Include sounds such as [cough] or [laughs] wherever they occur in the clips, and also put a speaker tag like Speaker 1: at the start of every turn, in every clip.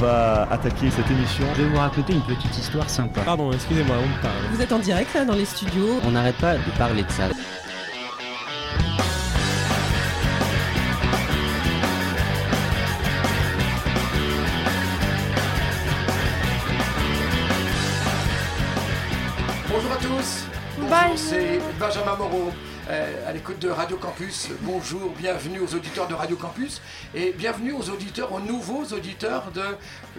Speaker 1: va attaquer cette émission.
Speaker 2: Je vais vous raconter une petite histoire sympa.
Speaker 3: Pardon, excusez-moi, on me parle.
Speaker 4: Vous êtes en direct là dans les studios.
Speaker 2: On n'arrête pas de parler de ça.
Speaker 5: Bonjour à tous. Bonjour,
Speaker 6: Bye.
Speaker 5: C'est Benjamin Moreau. euh, à l'écoute de Radio Campus, bonjour, bienvenue aux auditeurs de Radio Campus et bienvenue aux auditeurs, aux nouveaux auditeurs de,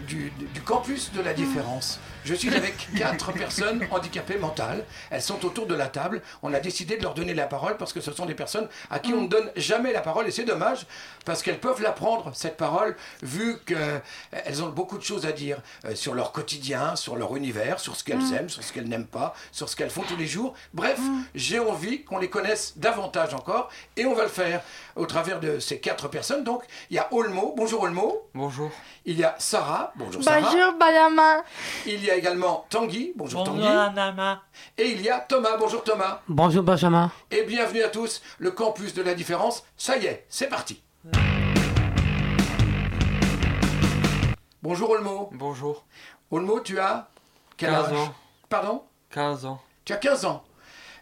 Speaker 5: du, du campus de la différence. Je suis avec quatre personnes handicapées mentales. Elles sont autour de la table. On a décidé de leur donner la parole parce que ce sont des personnes à qui on ne donne jamais la parole et c'est dommage parce qu'elles peuvent la prendre, cette parole, vu qu'elles ont beaucoup de choses à dire euh, sur leur quotidien, sur leur univers, sur ce qu'elles aiment, sur ce qu'elles n'aiment pas, sur ce qu'elles font tous les jours. Bref, j'ai envie qu'on les connaisse davantage encore et on va le faire au travers de ces quatre personnes. Donc, il y a Olmo. Bonjour Olmo.
Speaker 7: Bonjour.
Speaker 5: Il y a Sarah. Bonjour Sarah.
Speaker 6: Bonjour Benjamin.
Speaker 5: Il y a également Tanguy. Bonjour Tanguy.
Speaker 7: Anama.
Speaker 5: Et il y a Thomas. Bonjour Thomas.
Speaker 2: Bonjour Benjamin.
Speaker 5: Et bienvenue à tous. Le campus de la différence. Ça y est, c'est parti. Bonjour Olmo.
Speaker 7: Bonjour.
Speaker 5: Olmo, tu as quel
Speaker 7: 15
Speaker 5: âge
Speaker 7: ans.
Speaker 5: Pardon
Speaker 7: 15 ans.
Speaker 5: Tu as 15 ans.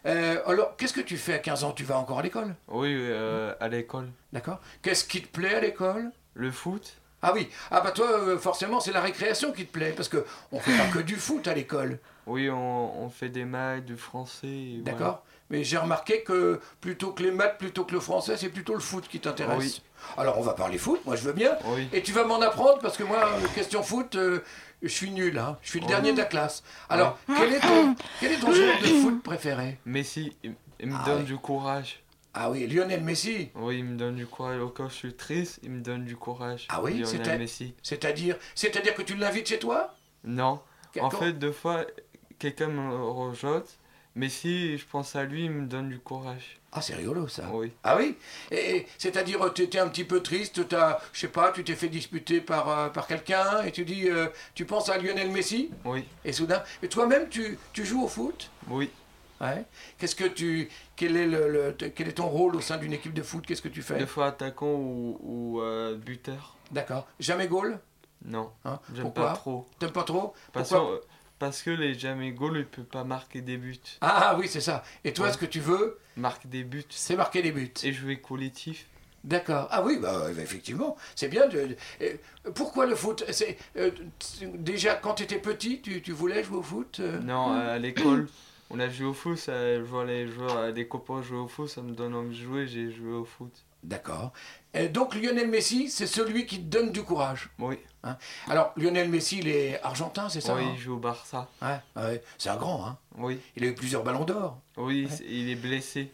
Speaker 5: Euh, alors, qu'est-ce que tu fais à 15 ans Tu vas encore à l'école
Speaker 7: Oui, euh, à l'école.
Speaker 5: D'accord Qu'est-ce qui te plaît à l'école
Speaker 7: Le foot
Speaker 5: Ah oui. Ah bah toi, euh, forcément, c'est la récréation qui te plaît. Parce que on fait pas que du foot à l'école.
Speaker 7: Oui, on, on fait des mailles du français. et voilà.
Speaker 5: D'accord Mais j'ai remarqué que plutôt que les maths, plutôt que le français, c'est plutôt le foot qui t'intéresse.
Speaker 7: Oui.
Speaker 5: Alors on va parler foot, moi je veux bien.
Speaker 7: Oui.
Speaker 5: Et tu vas m'en apprendre parce que moi, euh, question foot, euh, je suis nul. Hein. Je suis le
Speaker 7: Oh.
Speaker 5: dernier de la classe. Alors, quel est ton,
Speaker 7: [coughs]
Speaker 5: quel est ton joueur de foot préféré
Speaker 7: Messi, il, il me
Speaker 5: Ah
Speaker 7: donne
Speaker 5: ouais.
Speaker 7: du courage.
Speaker 5: Ah oui, Lionel Messi.
Speaker 7: Oui, il me donne du courage. Quand je suis triste, il me donne du courage.
Speaker 5: Ah oui,
Speaker 7: Lionel
Speaker 5: c'était-
Speaker 7: Messi.
Speaker 5: C'est-à-dire, c'est-à-dire que tu l'invites chez toi
Speaker 7: Non. En
Speaker 5: Quand-
Speaker 7: fait, deux fois, quelqu'un me rejote. Messi, je pense à lui, il me donne du courage.
Speaker 5: Ah, c'est rigolo ça.
Speaker 7: Oui.
Speaker 5: Ah oui Et c'est-à-dire, euh, t'étais un petit peu triste, t'as, je sais pas, tu t'es fait disputer par, euh, par quelqu'un et tu dis, euh, tu penses à Lionel Messi
Speaker 7: Oui.
Speaker 5: Et soudain, et toi-même, tu, tu joues au foot
Speaker 7: Oui.
Speaker 5: Ouais. Qu'est-ce que tu, quel est le, le- t- quel est ton rôle au sein d'une équipe de foot Qu'est-ce que tu fais
Speaker 7: Deux fois attaquant ou, ou, euh, buteur.
Speaker 5: D'accord. Jamais goal
Speaker 7: Non.
Speaker 5: hein
Speaker 7: J'aime pas
Speaker 5: Pourquoi
Speaker 7: trop.
Speaker 5: T'aimes pas trop
Speaker 7: Parce,
Speaker 5: Pourquoi
Speaker 7: que- parce que les jamais goal, ils peuvent pas marquer des buts.
Speaker 5: Ah oui, c'est ça. Et toi,
Speaker 7: Ouais.
Speaker 5: ce que tu veux,
Speaker 7: Marque des buts
Speaker 5: c'est marquer des buts.
Speaker 7: et jouer collectif.
Speaker 5: D'accord. Ah oui, bah, euh, effectivement, c'est bien. De... et Pourquoi le foot C'est euh, t- déjà quand tu étais petit, tu, tu voulais jouer au foot. euh
Speaker 7: Non, euh,
Speaker 5: [coughs]
Speaker 7: à l'école, on a joué au foot, ça, je vois les joueurs, euh, les copains jouer au foot, ça me donne envie de jouer, j'ai joué au foot.
Speaker 5: D'accord. Et donc Lionel Messi, c'est celui qui te donne du courage. Hein
Speaker 7: Oui,
Speaker 5: Alors Lionel Messi, il est argentin, c'est ça
Speaker 7: oui,
Speaker 5: hein
Speaker 7: il joue au Barça.
Speaker 5: Ouais, ouais. c'est un grand. Hein.
Speaker 7: Oui,
Speaker 5: Il a eu plusieurs ballons d'or.
Speaker 7: oui, c'est- il est blessé.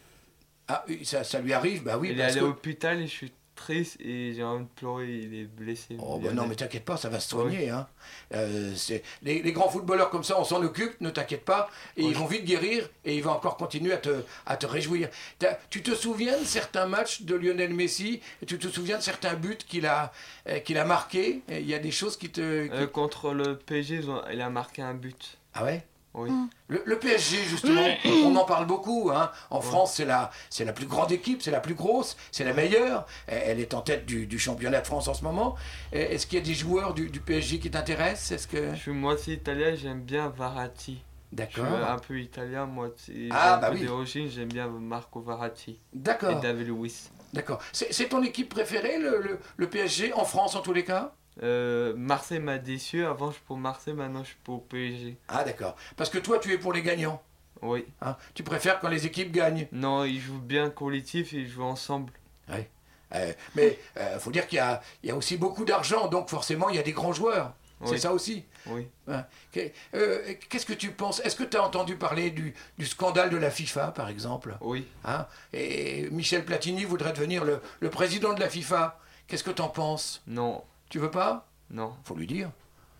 Speaker 5: Ah, oui, ça, ça lui arrive, bah oui.
Speaker 7: il est
Speaker 5: parce
Speaker 7: allé
Speaker 5: que-
Speaker 7: à l'hôpital et je suis triste et j'ai envie de pleurer, il est blessé.
Speaker 5: Oh, bah
Speaker 7: Lionel.
Speaker 5: non, mais t'inquiète pas, ça va se soigner. Hein. Euh, c'est- les, les grands footballeurs comme ça, on s'en occupe, ne t'inquiète pas. Et
Speaker 7: Oui.
Speaker 5: ils vont vite guérir et ils vont encore continuer à te, à te réjouir. T'as- Tu te souviens de certains matchs de Lionel Messi et Tu te souviens de certains buts qu'il a, euh, qu'il a marqués Et Il y a des choses qui te. qui-
Speaker 7: Euh, contre le PSG, ils ont- il a marqué un but.
Speaker 5: Ah ouais
Speaker 7: Oui,
Speaker 5: Le, le PSG, justement, on en parle beaucoup. Hein. En France, c'est la, c'est la plus grande équipe, c'est la plus grosse, c'est la meilleure. Elle, elle est en tête du, du championnat de France en ce moment. Et- Est-ce qu'il y a des joueurs du, du PSG qui t'intéressent Est-ce que...
Speaker 7: je suis moitié italien, j'aime bien Varati. Je suis euh,
Speaker 5: D'accord.
Speaker 7: un peu italien, moitié
Speaker 5: Ah,
Speaker 7: un
Speaker 5: bah
Speaker 7: peu
Speaker 5: oui.
Speaker 7: d'origine, j'aime bien Marco Varati et
Speaker 5: D'accord.
Speaker 7: David Luiz.
Speaker 5: D'accord. C'est c'est ton équipe préférée, le, le- le PSG, en France en tous les cas
Speaker 7: Euh, Marseille m'a déçu. Avant, je suis pour Marseille, maintenant, je suis pour PSG.
Speaker 5: Ah d'accord. Parce que toi, tu es pour les gagnants.
Speaker 7: Oui.
Speaker 5: hein. Tu préfères quand les équipes gagnent.
Speaker 7: Non, ils jouent bien collectif et ils jouent ensemble.
Speaker 5: Euh, mais il faut dire qu'il y a- il y a aussi beaucoup d'argent, donc forcément, il y a des grands joueurs. C'est
Speaker 7: Oui.
Speaker 5: ça aussi.
Speaker 7: Oui.
Speaker 5: Hein, Que- euh, Qu'est-ce que tu penses Est-ce que tu as entendu parler du, du scandale de la FIFA, par exemple
Speaker 7: Oui.
Speaker 5: hein Et Michel Platini voudrait devenir le, le président de la FIFA. Qu'est-ce que t'en penses
Speaker 7: Non.
Speaker 5: Tu veux pas
Speaker 7: Non.
Speaker 5: Faut lui dire.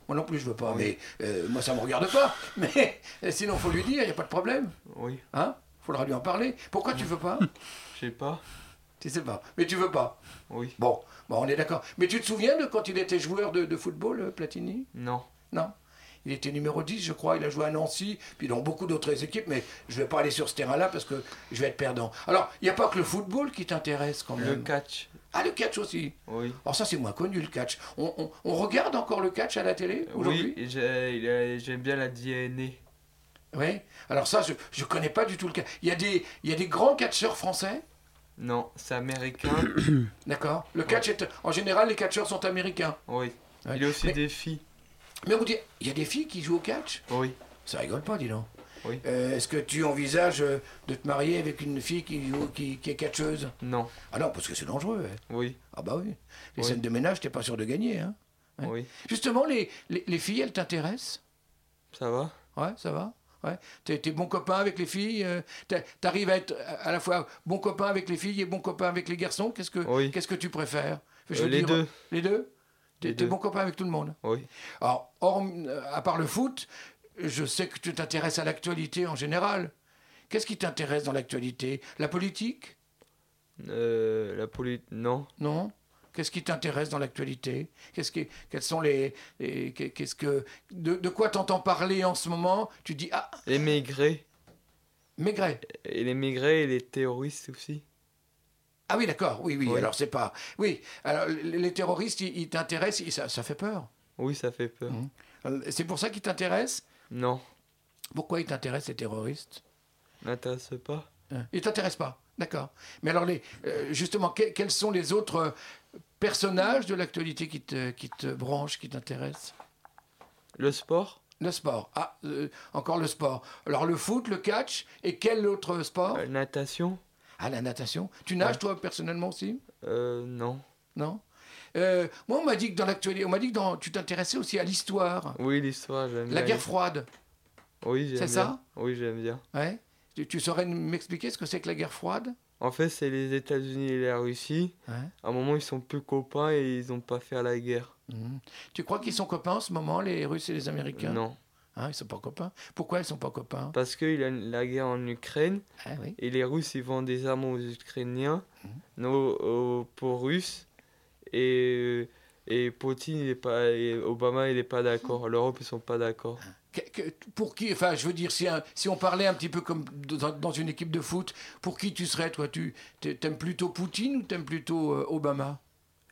Speaker 5: Moi non plus, je veux pas.
Speaker 7: Oui.
Speaker 5: Mais euh, moi, ça me regarde pas. [laughs] Mais euh, sinon, faut lui dire. Il y a pas de problème.
Speaker 7: Oui.
Speaker 5: Hein Faudra lui en parler. Pourquoi tu veux
Speaker 7: [laughs]
Speaker 5: pas
Speaker 7: Je sais pas.
Speaker 5: Tu sais pas. Mais tu veux pas.
Speaker 7: Oui.
Speaker 5: Bon, bon, on est d'accord. Mais tu te souviens de quand il était joueur de, de football, euh, Platini
Speaker 7: Non.
Speaker 5: Non. Il était numéro 10, je crois. Il a joué à Nancy, puis dans beaucoup d'autres équipes, mais je ne vais pas aller sur ce terrain-là parce que je vais être perdant. Alors, il n'y a pas que le football qui t'intéresse quand
Speaker 7: Le
Speaker 5: même.
Speaker 7: catch.
Speaker 5: Ah, le catch aussi.
Speaker 7: Oui.
Speaker 5: Alors, ça, c'est moins connu, le catch. On, on- on regarde encore le catch à la télé aujourd'hui
Speaker 7: Oui, et j'ai- il a- j'aime bien la DNA.
Speaker 5: Oui. Alors, ça, je ne connais pas du tout le catch. Il y a des, il y a des grands catcheurs français.
Speaker 7: Non, c'est américain.
Speaker 5: [coughs] D'accord Le catch est. En général, les catcheurs sont américains.
Speaker 7: oui.
Speaker 5: Ouais.
Speaker 7: Il y a aussi
Speaker 5: Mais-
Speaker 7: des filles.
Speaker 5: Mais on vous dit, il y a des filles qui jouent au catch
Speaker 7: Oui.
Speaker 5: Ça rigole pas, dis donc.
Speaker 7: Oui.
Speaker 5: Euh, Est-ce que tu envisages euh, de te marier avec une fille qui, joue- qui, qui est catcheuse
Speaker 7: Non.
Speaker 5: Ah non, parce que c'est dangereux. ouais.
Speaker 7: Oui.
Speaker 5: Ah bah oui.
Speaker 7: Oui.
Speaker 5: Les scènes de ménage, t'es pas sûr de gagner. Hein. Ouais.
Speaker 7: Oui.
Speaker 5: Justement, les, les, les filles, elles t'intéressent
Speaker 7: Ça va
Speaker 5: Ouais, ça va Ouais. T'es t'es bon copain avec les filles euh, t'a- T'arrives à être à la fois bon copain avec les filles et bon copain avec les garçons Qu'est-ce que,
Speaker 7: Oui.
Speaker 5: qu'est-ce que tu préfères Je
Speaker 7: Euh,
Speaker 5: veux
Speaker 7: les
Speaker 5: dire,
Speaker 7: deux.
Speaker 5: Les deux T'es
Speaker 7: Les
Speaker 5: t'es
Speaker 7: deux.
Speaker 5: bon copain avec tout le monde
Speaker 7: Oui.
Speaker 5: Alors, horm- euh, à part le foot, je sais que tu t'intéresses à l'actualité en général. Qu'est-ce qui t'intéresse dans l'actualité La politique
Speaker 7: Euh, la police. Non.
Speaker 5: Non Qu'est-ce qui t'intéresse dans l'actualité Qu'est-ce qui, quels sont les, les- qu'est- qu'est-ce que, de, de quoi t'entends parler en ce moment Tu dis ah,
Speaker 7: Les migrés.
Speaker 5: Maigret.
Speaker 7: Et les migrés et les terroristes aussi.
Speaker 5: Ah oui, d'accord. Oui, oui,
Speaker 7: Oui.
Speaker 5: Alors c'est pas. Oui. Alors les les terroristes, ils, ils t'intéressent. ils- Ça, ça fait peur.
Speaker 7: Oui, ça fait peur.
Speaker 5: Mm. C'est pour ça qu'ils t'intéressent.
Speaker 7: Non.
Speaker 5: Pourquoi ils t'intéressent les terroristes
Speaker 7: N'intéresse pas.
Speaker 5: Hein. Il t'intéresse pas, d'accord. Mais alors, les, euh, justement, que- quels sont les autres euh, personnages de l'actualité qui te, qui te branchent, qui t'intéressent
Speaker 7: Le sport
Speaker 5: Le sport. Ah, euh, encore le sport. Alors, le foot, le catch, et quel autre sport
Speaker 7: Euh, Natation
Speaker 5: Ah, la natation. Tu nages, toi, personnellement aussi
Speaker 7: Euh, non.
Speaker 5: Non Euh, Moi, on m'a dit que dans l'actualité, on m'a dit que dans- tu t'intéressais aussi à l'histoire,
Speaker 7: Euh, Oui, l'histoire, j'aime bien.
Speaker 5: Ah. la guerre froide,
Speaker 7: Oui, j'aime
Speaker 5: C'est
Speaker 7: bien.
Speaker 5: ça
Speaker 7: Oui, j'aime bien.
Speaker 5: ouais tu, tu saurais m'expliquer ce que c'est que la guerre froide
Speaker 7: En fait, c'est les États-Unis et la Russie.
Speaker 5: Ouais.
Speaker 7: À un moment, ils sont plus copains et ils n'ont pas fait la guerre.
Speaker 5: Mhm. Tu crois qu'ils sont copains en ce moment, les Russes et les Américains
Speaker 7: Non.
Speaker 5: Hein, ils sont pas copains. Pourquoi ils sont pas copains
Speaker 7: Parce qu'il y a la guerre en Ukraine
Speaker 5: Ah oui. Mhm.
Speaker 7: et les Russes, ils vendent des armes aux Ukrainiens, nos, aux, pour Russes. Et, et Poutine, il est pas, et Obama, il n'est pas d'accord. L'Europe, ils sont pas d'accord.
Speaker 5: Que- que- pour qui Enfin, je veux dire, si, un- si on parlait un petit peu comme dans, dans une équipe de foot, pour qui tu serais, toi Tu t'es- t'aimes plutôt Poutine ou t'aimes plutôt euh, Obama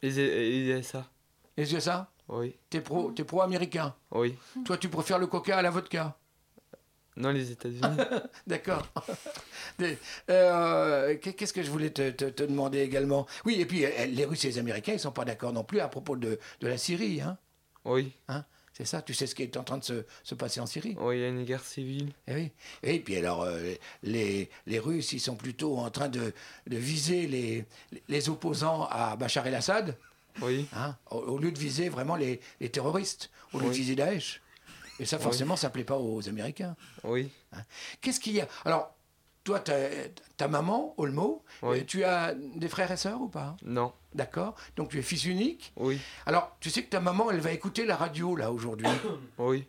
Speaker 7: Ils, ils aiment ça.
Speaker 5: Les USA
Speaker 7: Oui.
Speaker 5: T'es pro, t'es pro-américain.
Speaker 7: Oui.
Speaker 5: Toi, tu préfères le coca à la vodka.
Speaker 7: Non, les États-Unis.
Speaker 5: D'accord. Des- euh, qu'est- Qu'est-ce que je voulais te, te- te demander également Oui, et puis euh, les Russes et les Américains, ils sont pas d'accord non plus à propos de, de la Syrie. Hein
Speaker 7: oui.
Speaker 5: C'est ça Tu sais ce qui est en train de se- se passer en Syrie
Speaker 7: Oui, il y a une guerre civile.
Speaker 5: Eh oui. Et puis alors, euh, les, les Russes, ils sont plutôt en train de, de viser les, les opposants à Bachar el-Assad,
Speaker 7: Oui.
Speaker 5: hein, au, au lieu de viser vraiment les, les terroristes, au lieu de
Speaker 7: Oui.
Speaker 5: viser Daesh. Et ça, forcément, ça ne plaît pas aux Américains. Hein
Speaker 7: Oui.
Speaker 5: Qu'est-ce qu'il y a Alors, toi, t'as- ta maman, Olmo,
Speaker 7: Oui.
Speaker 5: euh, tu as des frères et sœurs ou pas
Speaker 7: Non.
Speaker 5: D'accord Donc, tu es fils unique.
Speaker 7: Oui.
Speaker 5: Alors, tu sais que ta maman, elle va écouter la radio,
Speaker 7: [coughs]
Speaker 5: là, aujourd'hui.
Speaker 7: Oui.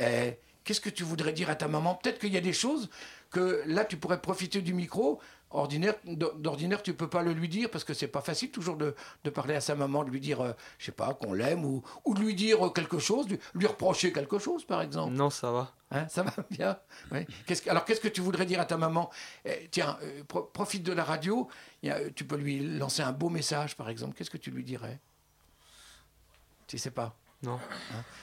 Speaker 5: Euh, Qu'est-ce que tu voudrais dire à ta maman Peut-être qu'il y a des choses que là, tu pourrais profiter du micro. Ordinaire, d'or- d'ordinaire, tu peux pas le lui dire parce que c'est pas facile toujours de, de parler à sa maman, de lui dire, euh, je sais pas, qu'on l'aime ou, ou de lui dire euh, quelque chose, de lui reprocher quelque chose, par [laughs] exemple.
Speaker 7: Non, ça va.
Speaker 5: Hein, ça va [laughs] bien. Ouais. Qu'est-ce que- alors, qu'est-ce que tu voudrais dire à ta maman Eh, Tiens, euh, pro- profite de la radio. Il y a- euh, tu peux lui lancer un beau message, par exemple. Qu'est-ce que tu lui dirais Tu sais pas.
Speaker 7: Non.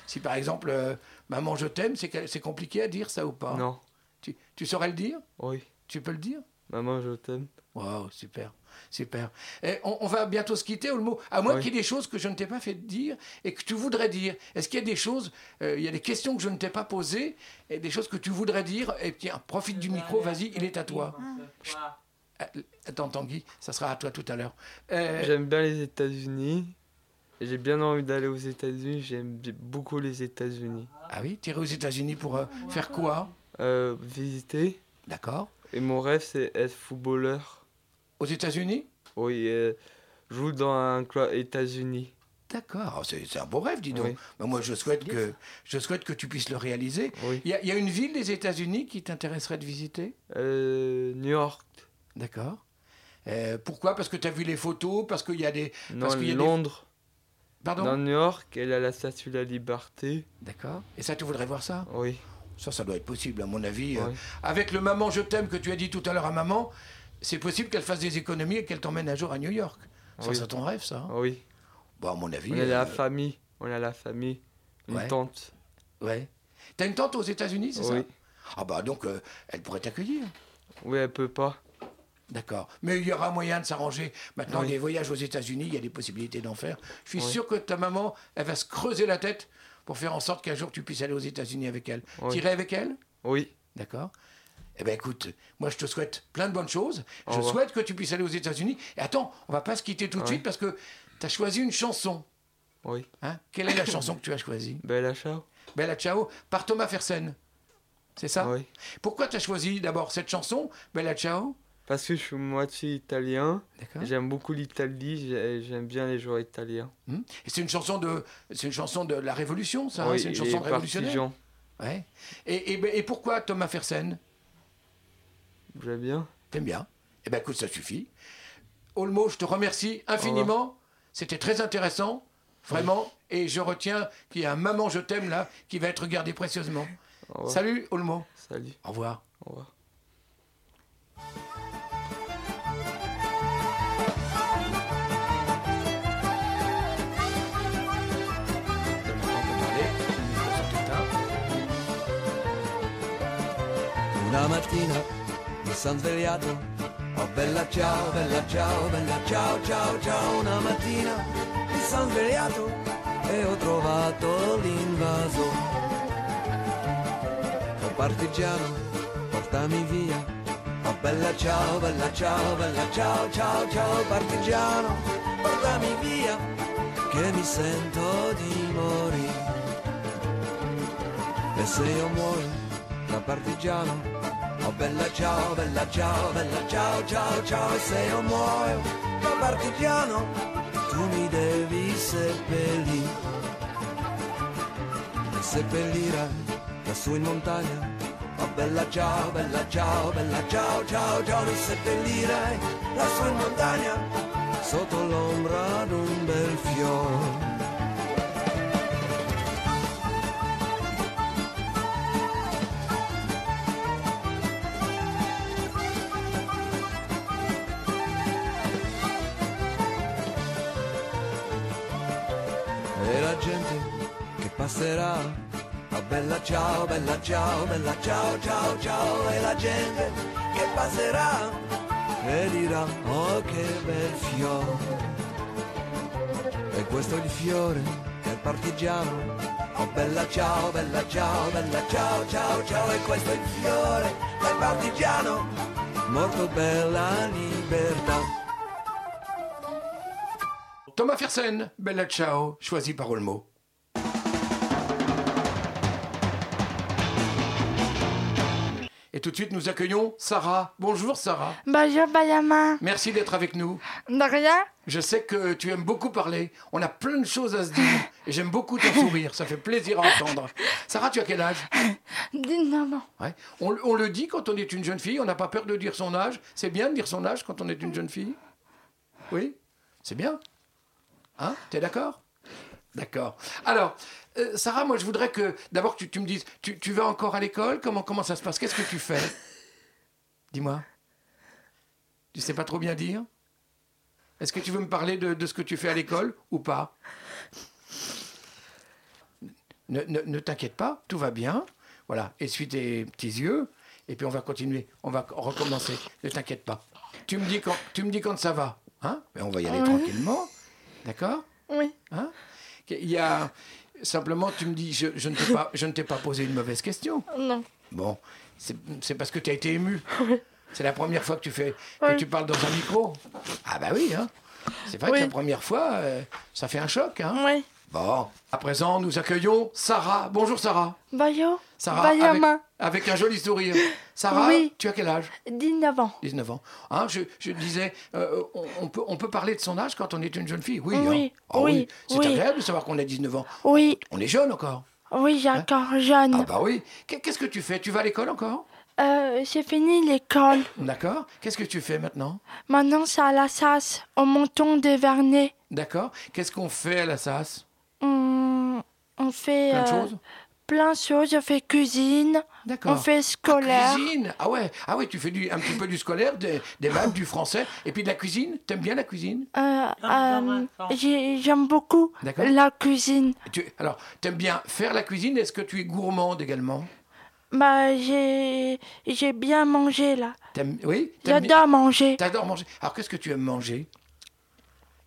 Speaker 5: Si par exemple, euh, maman je t'aime, c'est que- c'est compliqué à dire ça ou pas
Speaker 7: Non.
Speaker 5: Tu, tu saurais le dire
Speaker 7: Oui.
Speaker 5: Tu peux le dire
Speaker 7: Maman, je t'aime.
Speaker 5: Waouh, Oh, super, super. Et on, on va bientôt se quitter, Olmo. À moins
Speaker 7: Oui.
Speaker 5: qu'il y ait des choses que je ne t'ai pas fait dire et que tu voudrais dire. Est-ce qu'il y a des choses, euh, il y a des questions que je ne t'ai pas posées et des choses que tu voudrais dire Et tiens, profite du micro, vas-y, il est à toi.
Speaker 8: Ah.
Speaker 5: Euh, Attends, Tanguy, ça sera à toi tout à l'heure. Euh,
Speaker 7: J'aime bien les États-Unis. J'ai bien envie d'aller aux États-Unis. J'aime bi- beaucoup les États-Unis.
Speaker 5: ah oui, tirer aux États-Unis pour euh, faire quoi
Speaker 7: Euh, visiter.
Speaker 5: D'accord.
Speaker 7: Et mon rêve, c'est être footballeur.
Speaker 5: Aux États-Unis
Speaker 7: Oui, euh, jouer dans un club États-Unis.
Speaker 5: D'accord, Ah, c'est c'est un beau rêve, dis donc.
Speaker 7: Oui.
Speaker 5: Ben, moi, je souhaite, que, je souhaite que tu puisses le réaliser.
Speaker 7: Oui.
Speaker 5: Il y, a- il y a une ville des États-Unis qui t'intéresserait de visiter
Speaker 7: Euh, New York.
Speaker 5: D'accord. Euh, pourquoi Parce que tu as vu les photos Parce qu'il y a des.
Speaker 7: Non,
Speaker 5: Parce qu'il y a des-
Speaker 7: Londres.
Speaker 5: Pardon
Speaker 7: Dans New York, elle a la statue de la liberté.
Speaker 5: D'accord. Et ça, tu voudrais voir ça
Speaker 7: Oui.
Speaker 5: Ça, ça doit être possible, à mon avis. Euh,
Speaker 7: oui.
Speaker 5: Avec le maman, je t'aime que tu as dit tout à l'heure à maman, c'est possible qu'elle fasse des économies et qu'elle t'emmène un jour à New York. Ça,
Speaker 7: oui.
Speaker 5: c'est ton rêve, ça hein
Speaker 7: Ah oui.
Speaker 5: Bon, à mon avis.
Speaker 7: On a la
Speaker 5: euh,
Speaker 7: famille. On a la famille. Une
Speaker 5: ouais.
Speaker 7: tante.
Speaker 5: Ouais. T'as une tante aux États-Unis, c'est
Speaker 7: Oui.
Speaker 5: ça Ah bah donc, euh, elle pourrait t'accueillir.
Speaker 7: Oui, elle peut pas.
Speaker 5: D'accord. Mais il y aura moyen de s'arranger. Maintenant,
Speaker 7: Oui.
Speaker 5: les voyages aux États-Unis, il y a des possibilités d'en faire. Je suis
Speaker 7: Oui.
Speaker 5: sûr que ta maman, elle va se creuser la tête pour faire en sorte qu'un jour tu puisses aller aux États-Unis avec elle.
Speaker 7: Oui.
Speaker 5: T'irais avec elle
Speaker 7: Oui.
Speaker 5: D'accord Eh bien, écoute, moi, je te souhaite plein de bonnes choses.
Speaker 7: Au
Speaker 5: Je
Speaker 7: revoir.
Speaker 5: souhaite que tu puisses aller aux États-Unis. Et attends, on va pas se quitter tout de
Speaker 7: Ouais.
Speaker 5: suite parce que tu as choisi une chanson.
Speaker 7: Oui.
Speaker 5: hein. Quelle est la chanson que tu as choisie
Speaker 7: Belle achat.
Speaker 5: Bella Ciao par Thomas Fersen. C'est ça
Speaker 7: Oui.
Speaker 5: Pourquoi tu as choisi d'abord Ben, cette chanson, Bella Ciao
Speaker 7: Parce que je suis moitié italien.
Speaker 5: D'accord.
Speaker 7: J'aime beaucoup l'Italie. j'ai- J'aime bien les joueurs italiens.
Speaker 5: Hmm. Et c'est une chanson de, c'est une chanson de la Révolution, ça. hein
Speaker 7: oui,
Speaker 5: c'est une
Speaker 7: et
Speaker 5: chanson révolutionnaire.
Speaker 7: partisans.
Speaker 5: Ouais. Et, ben, et- et pourquoi Thomas Fersen
Speaker 7: J'aime bien.
Speaker 5: T'aimes bien Eh ben écoute, ça suffit. Olmo, je te remercie infiniment. C'était très intéressant, vraiment. Et je retiens qu'il y a un maman je t'aime là qui va être gardé précieusement.
Speaker 7: Au revoir.
Speaker 5: Salut Olmo.
Speaker 7: Salut.
Speaker 5: Au revoir.
Speaker 7: Au revoir.
Speaker 3: Una mattina mi sono svegliato, oh bella ciao, bella ciao, bella ciao, ciao, ciao. Una mattina mi sono svegliato e ho trovato l'invaso. Oh partigiano, portami via. Oh bella ciao, bella ciao, bella ciao, ciao, ciao. Partigiano, portami via, che mi sento di morire. E se io muoio da partigiano Oh bella ciao, bella ciao, bella ciao, ciao, ciao E se io muoio da partigiano Tu mi devi seppellire E seppellirai lassù in montagna Oh bella ciao, bella ciao, bella ciao, ciao, ciao Mi seppellirai lassù in montagna Sotto l'ombra d'un bel fiore e la gente che passerà. Oh bella ciao, bella ciao, bella ciao, ciao, ciao, e la gente che passerà e dirà oh che bel fiore. E questo è il fiore del partigiano. Oh bella ciao, bella ciao, bella ciao, ciao, ciao, e questo è il fiore del partigiano. Molto bella libertà.
Speaker 5: Thomas Fersen, Bella Ciao, choisi par Olmo. Et tout de suite, nous accueillons Sarah. Bonjour Sarah.
Speaker 6: Bonjour Benjamin.
Speaker 5: Merci d'être avec nous.
Speaker 6: De rien
Speaker 5: Je sais que tu aimes beaucoup parler. On a plein de choses à se dire. Et j'aime beaucoup ton sourire. Ça fait plaisir à entendre. Sarah, tu as quel âge
Speaker 6: Dis maman.
Speaker 5: Ouais. on, on le dit quand on est une jeune fille. On n'a pas peur de dire son âge. C'est bien de dire son âge quand on est une jeune fille. Oui C'est bien. Hein T'es d'accord D'accord. Alors, euh, Sarah, moi, je voudrais que d'abord que tu, tu me dises, tu, tu vas encore à l'école comment, comment ça se passe Qu'est-ce que tu fais Dis-moi. Tu sais pas trop bien dire Est-ce que tu veux me parler de, de ce que tu fais à l'école ou pas Ne, ne- ne t'inquiète pas, tout va bien. Voilà, essuie tes petits yeux et puis on va continuer. On va recommencer. Ne t'inquiète pas. Tu me dis quand, tu me dis quand ça va. Hein Mais on va y aller tranquillement. D'accord
Speaker 6: Oui.
Speaker 5: Hein Il y a simplement, tu me dis, je, je ne t'ai pas, je ne t'ai pas posé une mauvaise question.
Speaker 6: Non.
Speaker 5: Bon, c'est c'est parce que tu as été
Speaker 6: [laughs]
Speaker 5: ému. C'est la première fois que tu fais, que
Speaker 6: Oui.
Speaker 5: tu parles dans un micro. Ah bah oui, hein. C'est vrai
Speaker 6: Oui.
Speaker 5: que la première fois, euh, ça fait un choc, hein.
Speaker 6: Oui.
Speaker 5: Bon, à présent, nous accueillons Sarah. Bonjour Sarah.
Speaker 6: Bonjour.
Speaker 5: Sarah, avec,
Speaker 6: Benjamin.
Speaker 5: avec un joli sourire. Sarah,
Speaker 6: Bah, Oui.
Speaker 5: tu as quel âge
Speaker 6: 19 ans.
Speaker 5: 19 ans. Hein, je, je disais, euh, on, on peut, on peut parler de son âge quand on est une jeune fille. Oui,
Speaker 6: Oui,
Speaker 5: hein. Ah
Speaker 6: oui,
Speaker 5: C'est
Speaker 6: oui.
Speaker 5: agréable de savoir qu'on a 19 ans.
Speaker 6: Oui.
Speaker 5: On est jeune encore.
Speaker 6: Oui, j'ai encore jeune.
Speaker 5: Ah bah oui. Qu'est- Qu'est-ce que tu fais Tu vas à l'école encore
Speaker 6: Euh, j'ai fini l'école.
Speaker 5: D'accord. Qu'est-ce que tu fais maintenant
Speaker 6: Maintenant, c'est à la SAS, au monton de Vernet.
Speaker 5: D'accord. Qu'est-ce qu'on fait à la SAS
Speaker 6: On, on fait
Speaker 5: Plein de
Speaker 6: euh,
Speaker 5: choses
Speaker 6: plein de choses. On fait cuisine, on
Speaker 5: D'accord.
Speaker 6: fait
Speaker 5: Ah,
Speaker 6: scolaire.
Speaker 5: cuisine Ah ouais, ah ouais, tu fais du, un petit peu du scolaire, des, des maths, du français, et puis de la cuisine. T'aimes bien la cuisine
Speaker 6: Euh, euh, j'ai- J'aime beaucoup
Speaker 5: D'accord.
Speaker 6: la cuisine.
Speaker 5: Tu, alors, t'aimes bien faire la cuisine. Est-ce que tu es gourmande également
Speaker 6: Bah, j'ai j'ai bien mangé là.
Speaker 5: T'aimes- Oui. t'aimes bien-
Speaker 6: J'adore manger.
Speaker 5: T'adores manger. Alors, qu'est-ce que tu aimes manger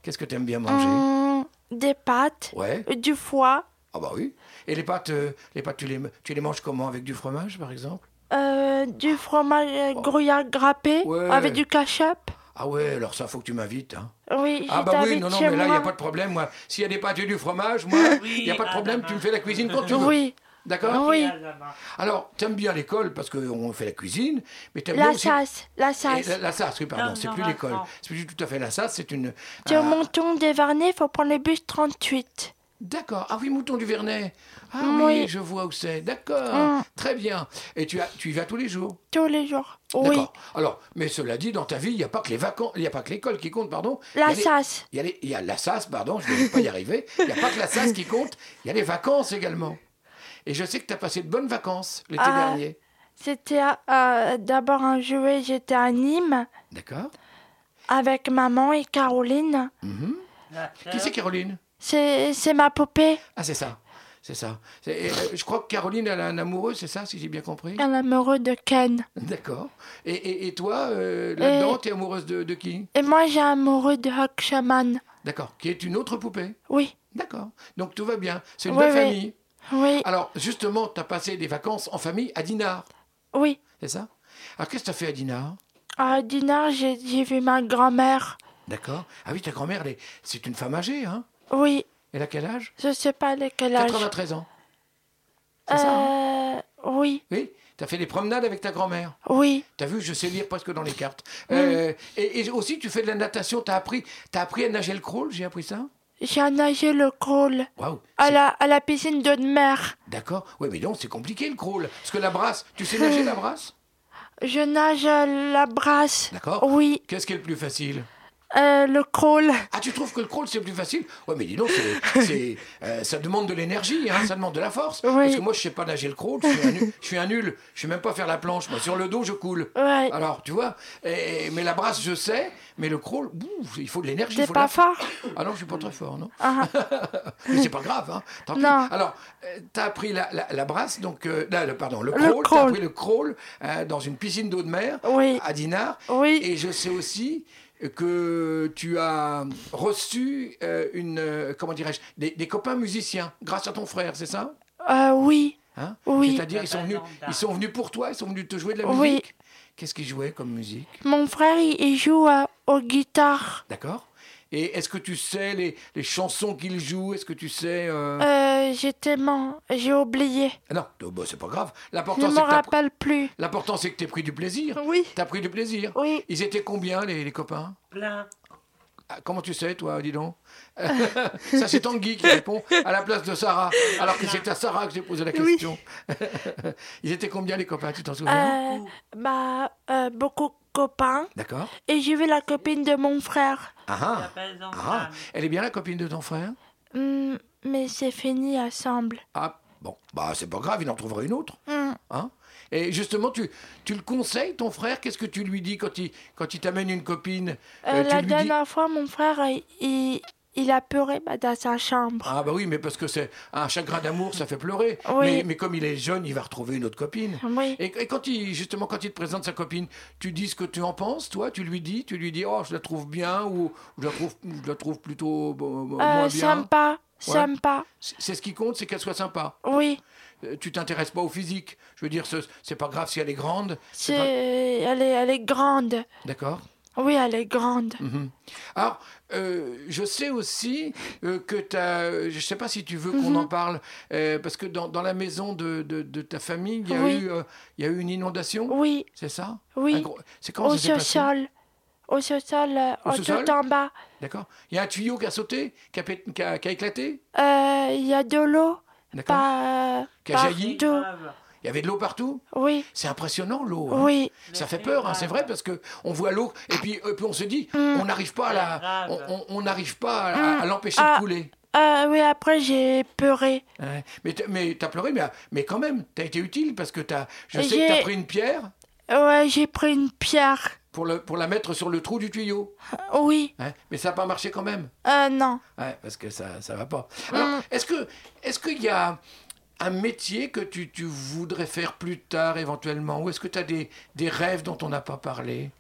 Speaker 5: Qu'est-ce que t'aimes bien manger
Speaker 6: Hum, des pâtes,
Speaker 5: Ouais.
Speaker 6: du foie,
Speaker 5: Ah bah oui. Et les pâtes, euh, les pâtes, tu les, tu les manges comment Avec du fromage, par exemple
Speaker 6: euh, du fromage euh, gruyère grappé
Speaker 5: Oh. Ouais.
Speaker 6: avec du ketchup.
Speaker 5: Ah ouais. Alors ça, faut que tu m'invites. hein.
Speaker 6: Oui,
Speaker 5: Ah
Speaker 6: je
Speaker 5: bah oui,
Speaker 6: t'invite
Speaker 5: non, non,
Speaker 6: chez
Speaker 5: mais là, il n'y a
Speaker 6: moi.
Speaker 5: pas de problème, moi. S'il y a des pâtes et du fromage,
Speaker 6: [laughs]
Speaker 5: moi, il n'y a pas de problème, tu me fais la cuisine quand tu veux.
Speaker 6: Oui,
Speaker 5: D'accord
Speaker 6: oui,
Speaker 5: Alors, t'aimes bien l'école parce qu'on fait la cuisine, mais t'aimes bien
Speaker 6: la
Speaker 5: aussi...
Speaker 6: chasse, la
Speaker 5: Et
Speaker 6: chasse.
Speaker 5: la, la SAS, oui, pardon, c'est plus l'école. C'est plus tout à fait la SAS, c'est une...
Speaker 6: Tu
Speaker 5: un-
Speaker 6: monton des Vernets, faut prendre le bus 38.
Speaker 5: D'accord. Ah oui, Mouton du Vernet. Ah oui,
Speaker 6: Oui.
Speaker 5: je vois où c'est. D'accord.
Speaker 6: Mm.
Speaker 5: Très bien. Et tu, as, tu y vas tous les jours
Speaker 6: Tous les jours. Oui,
Speaker 5: D'accord. Alors, mais cela dit, dans ta vie, il n'y a pas que les vacances, il n'y a pas que l'école qui compte, pardon. Il y a
Speaker 6: la
Speaker 5: les-
Speaker 6: chasse.
Speaker 5: Il y, a les- il y a la SAS, pardon, je ne vais pas y arriver. Il n'y a pas que la SAS qui compte, il y a les vacances également. Et je sais que tu as passé de bonnes vacances l'été
Speaker 6: Ah.
Speaker 5: dernier.
Speaker 6: C'était euh, d'abord un jouet, j'étais à Nîmes
Speaker 5: D'accord.
Speaker 6: avec maman et Caroline.
Speaker 5: Mhm. Qui c'est Caroline
Speaker 6: C'est c'est ma poupée,
Speaker 5: Ah, c'est ça. C'est ça. C'est- et, euh, je crois que Caroline, elle a un amoureux, c'est ça, si j'ai bien compris
Speaker 6: un amoureux de Ken.
Speaker 5: D'accord. Et, et- et toi, euh, là-dedans, t'es amoureuse de, de qui
Speaker 6: Et moi, j'ai un amoureux de Hakshaman.
Speaker 5: D'accord. Qui est une autre poupée
Speaker 6: Oui,
Speaker 5: D'accord. Donc tout va bien. C'est une
Speaker 6: Oui,
Speaker 5: belle
Speaker 6: oui.
Speaker 5: famille.
Speaker 6: oui,
Speaker 5: Alors, justement, t'as passé des vacances en famille à Dinard,
Speaker 6: oui.
Speaker 5: c'est ça Alors, qu'est-ce que t'as fait à Dinard
Speaker 6: À dîner, j'ai j'ai vu ma grand-mère.
Speaker 5: D'accord. Ah oui, ta grand-mère, elle est- c'est une femme âgée, hein
Speaker 6: Oui,
Speaker 5: Elle a quel âge
Speaker 6: je sais pas de quel âge.
Speaker 5: 93 ans. C'est ça hein
Speaker 6: Euh, oui,
Speaker 5: Oui T'as fait des promenades avec ta grand-mère.
Speaker 6: oui,
Speaker 5: T'as vu, je sais lire presque dans les cartes. Euh, et, et aussi, tu fais de la natation. T'as appris, t'as appris à nager le crawl, j'ai appris ça
Speaker 6: j'ai nagé le crawl
Speaker 5: Waouh
Speaker 6: à
Speaker 5: c'est-
Speaker 6: la, à la piscine d'eau de mer.
Speaker 5: D'accord Oui, mais non, c'est compliqué le crawl. Parce que la brasse, tu sais nager la brasse
Speaker 6: Je nage à la brasse.
Speaker 5: D'accord.
Speaker 6: Oui,
Speaker 5: Qu'est-ce qui est le plus facile
Speaker 6: euh, le crawl.
Speaker 5: Ah, tu trouves que le crawl, c'est plus facile Ouais, mais dis donc, c'est,
Speaker 6: [laughs]
Speaker 5: c'est, euh, ça demande de l'énergie, hein, ça demande de la force.
Speaker 6: Oui.
Speaker 5: Parce que moi, je sais pas nager le crawl, je suis un, nul- je suis un nul. Je sais même pas faire la planche. Moi, sur le dos, je coule.
Speaker 6: Ouais,
Speaker 5: Alors, tu vois, et- mais la brasse, je sais, mais le crawl, bouf, il faut de l'énergie. il
Speaker 6: t'es
Speaker 5: faut de la
Speaker 6: pas fort
Speaker 5: force. Ah non, je suis pas très fort, non
Speaker 6: Ah,
Speaker 5: Mais c'est pas grave, hein. Tant pis.
Speaker 6: Non.
Speaker 5: Alors, euh, t'as appris la, la, la brasse, donc, euh, là, le- pardon, le
Speaker 6: Le
Speaker 5: crawl, t'as
Speaker 6: crawl.
Speaker 5: appris le crawl euh, dans une piscine d'eau de mer
Speaker 6: Oui,
Speaker 5: à Dinard.
Speaker 6: oui,
Speaker 5: Et je sais aussi que tu as reçu euh, une, euh, comment dirais-je, des, des copains musiciens grâce à ton frère, c'est ça
Speaker 6: euh, oui,
Speaker 5: Hein
Speaker 6: oui.
Speaker 5: C'est-à-dire ils sont venus, ils sont venus pour toi, ils sont venus te jouer de la
Speaker 6: Oui.
Speaker 5: musique. Qu'est-ce qu'ils jouaient comme musique
Speaker 6: Mon frère, il, il joue euh, aux guitares.
Speaker 5: D'accord. Et est-ce que tu sais les, les chansons qu'ils jouent Est-ce que tu sais euh,
Speaker 6: Euh, j'ai tellement, j'ai oublié.
Speaker 5: ah Non, oh, bah, c'est pas grave.
Speaker 6: Je
Speaker 5: L'important
Speaker 6: me
Speaker 5: c'est que t'as pr-
Speaker 6: rappelle plus.
Speaker 5: l'important, c'est que t'aies pris du plaisir.
Speaker 6: Oui,
Speaker 5: T'as pris du plaisir.
Speaker 6: oui.
Speaker 5: Ils étaient combien les, les copains Ah, Comment tu sais, toi, dis donc [laughs] Ça, c'est Tanguy qui répond à la place de Sarah, alors que c'est à Sarah que j'ai posé la
Speaker 6: Oui.
Speaker 5: question. [laughs] Ils étaient combien, les copains Tu t'en souviens
Speaker 6: Euh, bah, euh, beaucoup de copains.
Speaker 5: D'accord.
Speaker 6: Et j'ai vu la copine de mon frère.
Speaker 5: Ah, ah, ah. Elle est bien la copine de ton frère
Speaker 6: Hmm, mais c'est fini ensemble.
Speaker 5: Ah, bon. Bah, c'est pas grave, il en trouvera une autre.
Speaker 6: Hmm,
Speaker 5: Hein Et justement, tu, tu le conseilles, ton frère Qu'est-ce que tu lui dis quand il, quand il t'amène une copine
Speaker 6: euh,
Speaker 5: Euh, tu
Speaker 6: la
Speaker 5: lui dis-
Speaker 6: dernière fois, mon frère, euh, il, il a pleuré bah, dans sa chambre.
Speaker 5: Ah, bah oui, mais parce que c'est un chagrin d'amour, ça fait pleurer.
Speaker 6: Oui.
Speaker 5: Mais, mais comme il est jeune, il va retrouver une autre copine.
Speaker 6: Oui.
Speaker 5: Et, et quand il, justement, quand il te présente sa copine, tu dis ce que tu en penses, toi Tu lui dis, tu lui dis, oh, je la trouve bien ou je la trouve, je la trouve plutôt bon, bon,
Speaker 6: Euh,
Speaker 5: moins bien.
Speaker 6: sympa, sympa.
Speaker 5: C'est c'est ce qui compte, c'est qu'elle soit sympa.
Speaker 6: Oui,
Speaker 5: Euh, Tu t'intéresses pas au physique. Je veux dire, ce- c'est pas grave si elle est grande,
Speaker 6: c'est, elle, est, elle est grande.
Speaker 5: d'accord
Speaker 6: Oui, elle est grande.
Speaker 5: Mhm. Alors, euh, je sais aussi euh, que tu as. Je ne sais pas si tu veux
Speaker 6: Mhm.
Speaker 5: qu'on en parle, euh, parce que dans, dans la maison de, de- de ta famille, il y, a
Speaker 6: Oui.
Speaker 5: eu, euh, il y a eu une inondation,
Speaker 6: Oui,
Speaker 5: c'est ça Un
Speaker 6: oui.
Speaker 5: gros- C'est quand
Speaker 6: Au
Speaker 5: ça s'est passé
Speaker 6: sous-sol. Au sous-sol, euh,
Speaker 5: Au
Speaker 6: en
Speaker 5: sous-sol
Speaker 6: tout en bas.
Speaker 5: D'accord. Il y a un tuyau qui a sauté, qui a, pét- qui a- qui a éclaté,
Speaker 6: Euh, Il y a de l'eau.
Speaker 5: d'accord
Speaker 6: Pas,
Speaker 5: Qui a jailli
Speaker 6: partout.
Speaker 5: Il y avait de l'eau partout
Speaker 6: Oui,
Speaker 5: C'est impressionnant l'eau. hein.
Speaker 6: oui.
Speaker 5: Ça fait peur, hein, c'est vrai, parce que on voit l'eau
Speaker 6: Mm.
Speaker 5: et puis, et puis on se dit, on n'arrive pas à la, on- on on n'arrive pas à, à- à l'empêcher
Speaker 6: Ah.
Speaker 5: de couler.
Speaker 6: Euh, oui, après, j'ai pleuré.
Speaker 5: Ouais. Mais t'as- mais t'as pleuré, mais, mais quand même, t'as été utile parce que t'as, je
Speaker 6: Et
Speaker 5: sais que t'as
Speaker 6: j'ai-
Speaker 5: pris une pierre
Speaker 6: Ouais, j'ai pris une pierre.
Speaker 5: pour, le, pour la mettre sur le trou du tuyau.
Speaker 6: Euh, Oui,
Speaker 5: hein. Mais ça n'a pas marché quand même.
Speaker 6: euh, non.
Speaker 5: Ouais, parce que ça ça va pas.
Speaker 6: Mm.
Speaker 5: Alors, est-ce que est-ce qu'il y a un métier que tu, tu voudrais faire plus tard éventuellement Ou est-ce que tu as des, des rêves dont on n'a pas parlé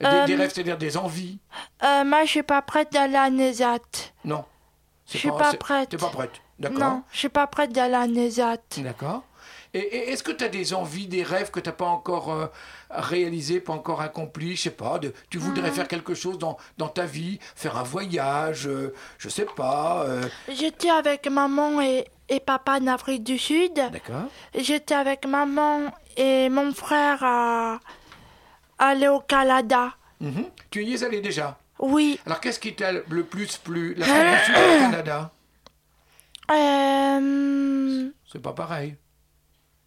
Speaker 5: des,
Speaker 6: Euh,
Speaker 5: des rêves, c'est-à-dire des envies
Speaker 6: Euh, moi, je suis pas prête d'aller à Nezat.
Speaker 5: Non.
Speaker 6: Je
Speaker 5: C'est
Speaker 6: suis pas
Speaker 5: c'est-
Speaker 6: prête.
Speaker 5: T'es pas prête. D'accord.
Speaker 6: Non, je suis pas prête d'aller à Nezat.
Speaker 5: D'accord. Et, et est-ce que tu as des envies, des rêves que tu n'as pas encore euh, réalisés, pas encore accomplis Je sais pas, de- tu voudrais
Speaker 6: Mm.
Speaker 5: faire quelque chose dans, dans ta vie, faire un voyage, euh, je sais pas. euh,
Speaker 6: J'étais avec maman et, et papa en Afrique du Sud.
Speaker 5: D'accord.
Speaker 6: J'étais avec maman et mon frère à aller au Canada.
Speaker 5: Mhm. Tu y es allé déjà
Speaker 6: Oui,
Speaker 5: Alors, qu'est-ce qui t'a le plus plu La France du Sud ou le
Speaker 6: [coughs]
Speaker 5: Canada
Speaker 6: euh,
Speaker 5: C'est pas pareil.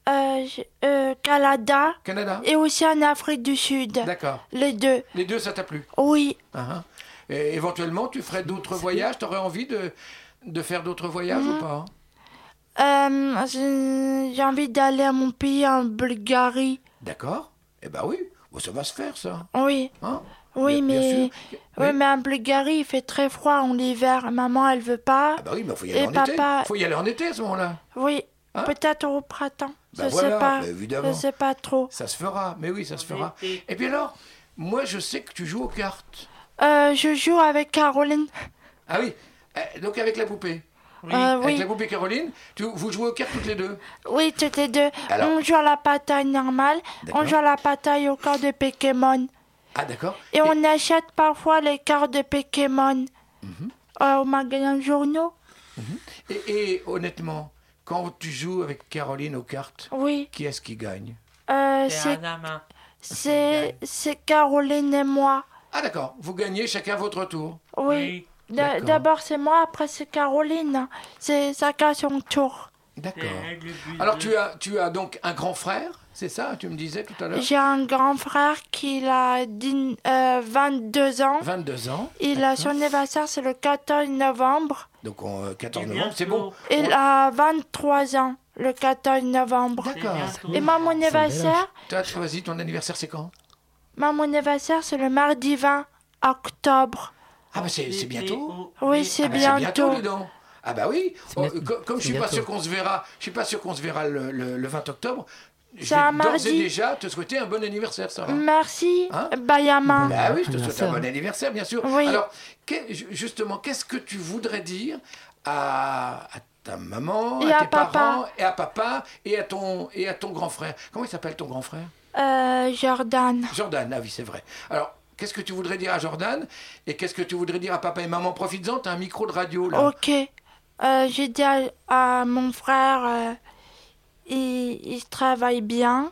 Speaker 6: euh, j- euh, Canada
Speaker 5: Canada
Speaker 6: et aussi en Afrique du Sud. euh,
Speaker 5: D'accord.
Speaker 6: Les deux.
Speaker 5: Les deux, ça t'a plu
Speaker 6: Oui,
Speaker 5: Hein, hein. Et éventuellement, tu ferais d'autres voyages T'aurais envie de, de faire d'autres voyages
Speaker 6: Mm.
Speaker 5: ou pas
Speaker 6: euh, j'ai j'ai envie d'aller à mon pays en Bulgarie.
Speaker 5: D'accord. Eh ben oui, Bon, ça va se faire, ça.
Speaker 6: Oui,
Speaker 5: Hein
Speaker 6: oui,
Speaker 5: Bien- bien
Speaker 6: mais
Speaker 5: sûr.
Speaker 6: oui,
Speaker 5: Oui.
Speaker 6: mais en Bulgarie il fait très froid en hiver. Maman, elle veut pas.
Speaker 5: Ah bah oui, mais il faut y aller
Speaker 6: Et
Speaker 5: en
Speaker 6: papa-
Speaker 5: été. faut y aller en été à ce moment-là.
Speaker 6: Oui,
Speaker 5: Hein
Speaker 6: peut-être au printemps.
Speaker 5: Bah
Speaker 6: je
Speaker 5: voilà,
Speaker 6: sais pas.
Speaker 5: bah évidemment.
Speaker 6: Je sais pas trop.
Speaker 5: Ça se fera, mais oui, ça se fera. Et puis alors, moi, je sais que tu joues aux cartes.
Speaker 6: Euh, je joue avec Caroline.
Speaker 5: Ah oui, Euh, donc avec la poupée.
Speaker 6: Euh,
Speaker 5: Avec
Speaker 6: oui,
Speaker 5: la poupée Caroline, tu, vous jouez aux cartes toutes les deux
Speaker 6: oui, toutes les deux.
Speaker 5: Alors.
Speaker 6: On joue à la bataille normale, on
Speaker 5: D'accord.
Speaker 6: joue à la bataille au corps de Pokémon.
Speaker 5: Ah d'accord.
Speaker 6: Et, on achète parfois les cartes de Pokémon
Speaker 5: Mhm.
Speaker 6: euh, au magasin de journaux.
Speaker 5: Et, et honnêtement, quand tu joues avec Caroline aux cartes,
Speaker 6: Oui,
Speaker 5: qui est-ce qui gagne
Speaker 6: euh, c'est- c'est c'est Caroline et moi.
Speaker 5: Ah d'accord, vous gagnez chacun votre tour.
Speaker 6: Oui. D'a-
Speaker 5: D'accord.
Speaker 6: D'abord c'est moi, après c'est Caroline. C'est chacun son tour.
Speaker 5: D'accord. Alors tu as, tu as donc un grand frère, c'est ça Tu me disais tout à l'heure
Speaker 6: J'ai un grand frère qui a dix- euh, 22 ans.
Speaker 5: 22 ans,
Speaker 6: Il a son anniversaire, c'est le 14 novembre.
Speaker 5: donc on, euh, 14 novembre, c'est bon.
Speaker 6: Il a 23 ans le 14 novembre.
Speaker 5: D'accord.
Speaker 6: Et moi, mon anniversaire,
Speaker 5: Toi, toi, vas-y, ton anniversaire c'est quand
Speaker 6: moi, mon anniversaire, c'est le mardi 20 octobre.
Speaker 5: Ah bah c'est c'est bientôt.
Speaker 6: Oui, c'est
Speaker 5: Ah, bah, c'est
Speaker 6: bientôt.
Speaker 5: bientôt, dis donc. Ah bah oui,
Speaker 2: C'est
Speaker 5: Oh,
Speaker 2: bientôt.
Speaker 5: euh, co- comme je suis
Speaker 2: C'est
Speaker 5: pas
Speaker 2: bientôt.
Speaker 5: sûr qu'on se verra, je suis pas sûr qu'on se verra le, le- le 20 octobre. Je
Speaker 6: C'est un
Speaker 5: vais d'ores et
Speaker 6: mardi.
Speaker 5: déjà te souhaiter un bon anniversaire, Sarah.
Speaker 6: Merci,
Speaker 5: Hein
Speaker 6: Bayama.
Speaker 5: Bah oui, je te souhaite un
Speaker 2: Anniversaire.
Speaker 5: bon anniversaire, bien sûr.
Speaker 6: Oui.
Speaker 5: Alors, que- ju- justement, qu'est-ce que tu voudrais dire à, à ta maman,
Speaker 6: Et
Speaker 5: à,
Speaker 6: à
Speaker 5: tes
Speaker 6: papa.
Speaker 5: parents, et à papa, et à ton, et à ton grand frère Comment il s'appelle ton grand frère
Speaker 6: Euh, Jordan.
Speaker 5: [laughs] Jordan, ah oui, c'est vrai. Alors, qu'est-ce que tu voudrais dire à Jordan Et qu'est-ce que tu voudrais dire à papa et maman Profites-en, t'as un micro de radio, là.
Speaker 6: Ok. Euh, J'ai dit à, à mon frère, euh, il, il travaille bien.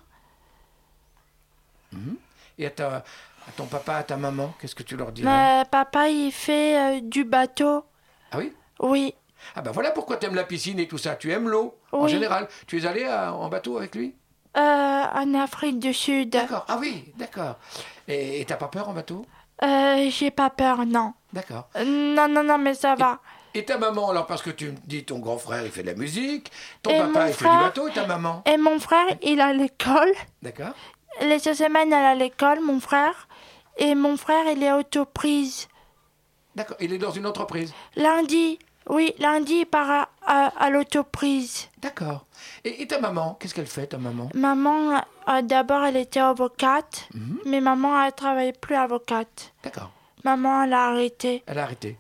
Speaker 5: Et à, ta- à ton papa, à ta maman, qu'est-ce que tu leur dirais
Speaker 6: Mais papa, il fait euh, du bateau.
Speaker 5: Ah oui
Speaker 6: Oui.
Speaker 5: Ah ben voilà pourquoi t'aimes la piscine et tout ça. Tu aimes l'eau, en
Speaker 6: Oui.
Speaker 5: général. Tu es allé à- en bateau avec lui
Speaker 6: Euh, en Afrique du Sud.
Speaker 5: D'accord, ah oui, d'accord. Et et t'as pas peur en bateau
Speaker 6: Euh, j'ai pas peur, non.
Speaker 5: D'accord.
Speaker 6: Euh, Non, non, non, mais ça va.
Speaker 5: Et ta maman, alors, parce que tu me dis ton grand frère, il fait de la musique, ton
Speaker 6: Et
Speaker 5: papa,
Speaker 6: mon
Speaker 5: il fait du
Speaker 6: frère-
Speaker 5: bateau, et ta maman.
Speaker 6: Et mon frère, il a l'école.
Speaker 5: D'accord
Speaker 6: Les deux semaines, elle est à l'école, mon frère. Et mon frère, il est autoprise.
Speaker 5: D'accord. Il est dans une entreprise.
Speaker 6: Lundi, oui, lundi, il part à, à- à l'autoprise.
Speaker 5: D'accord. Et, et ta maman, qu'est-ce qu'elle fait, ta maman
Speaker 6: Maman, euh, d'abord, elle était avocate. Mais maman, elle travaille plus avocate.
Speaker 5: Mhm. D'accord.
Speaker 6: Maman, elle a arrêté.
Speaker 5: Elle a arrêté.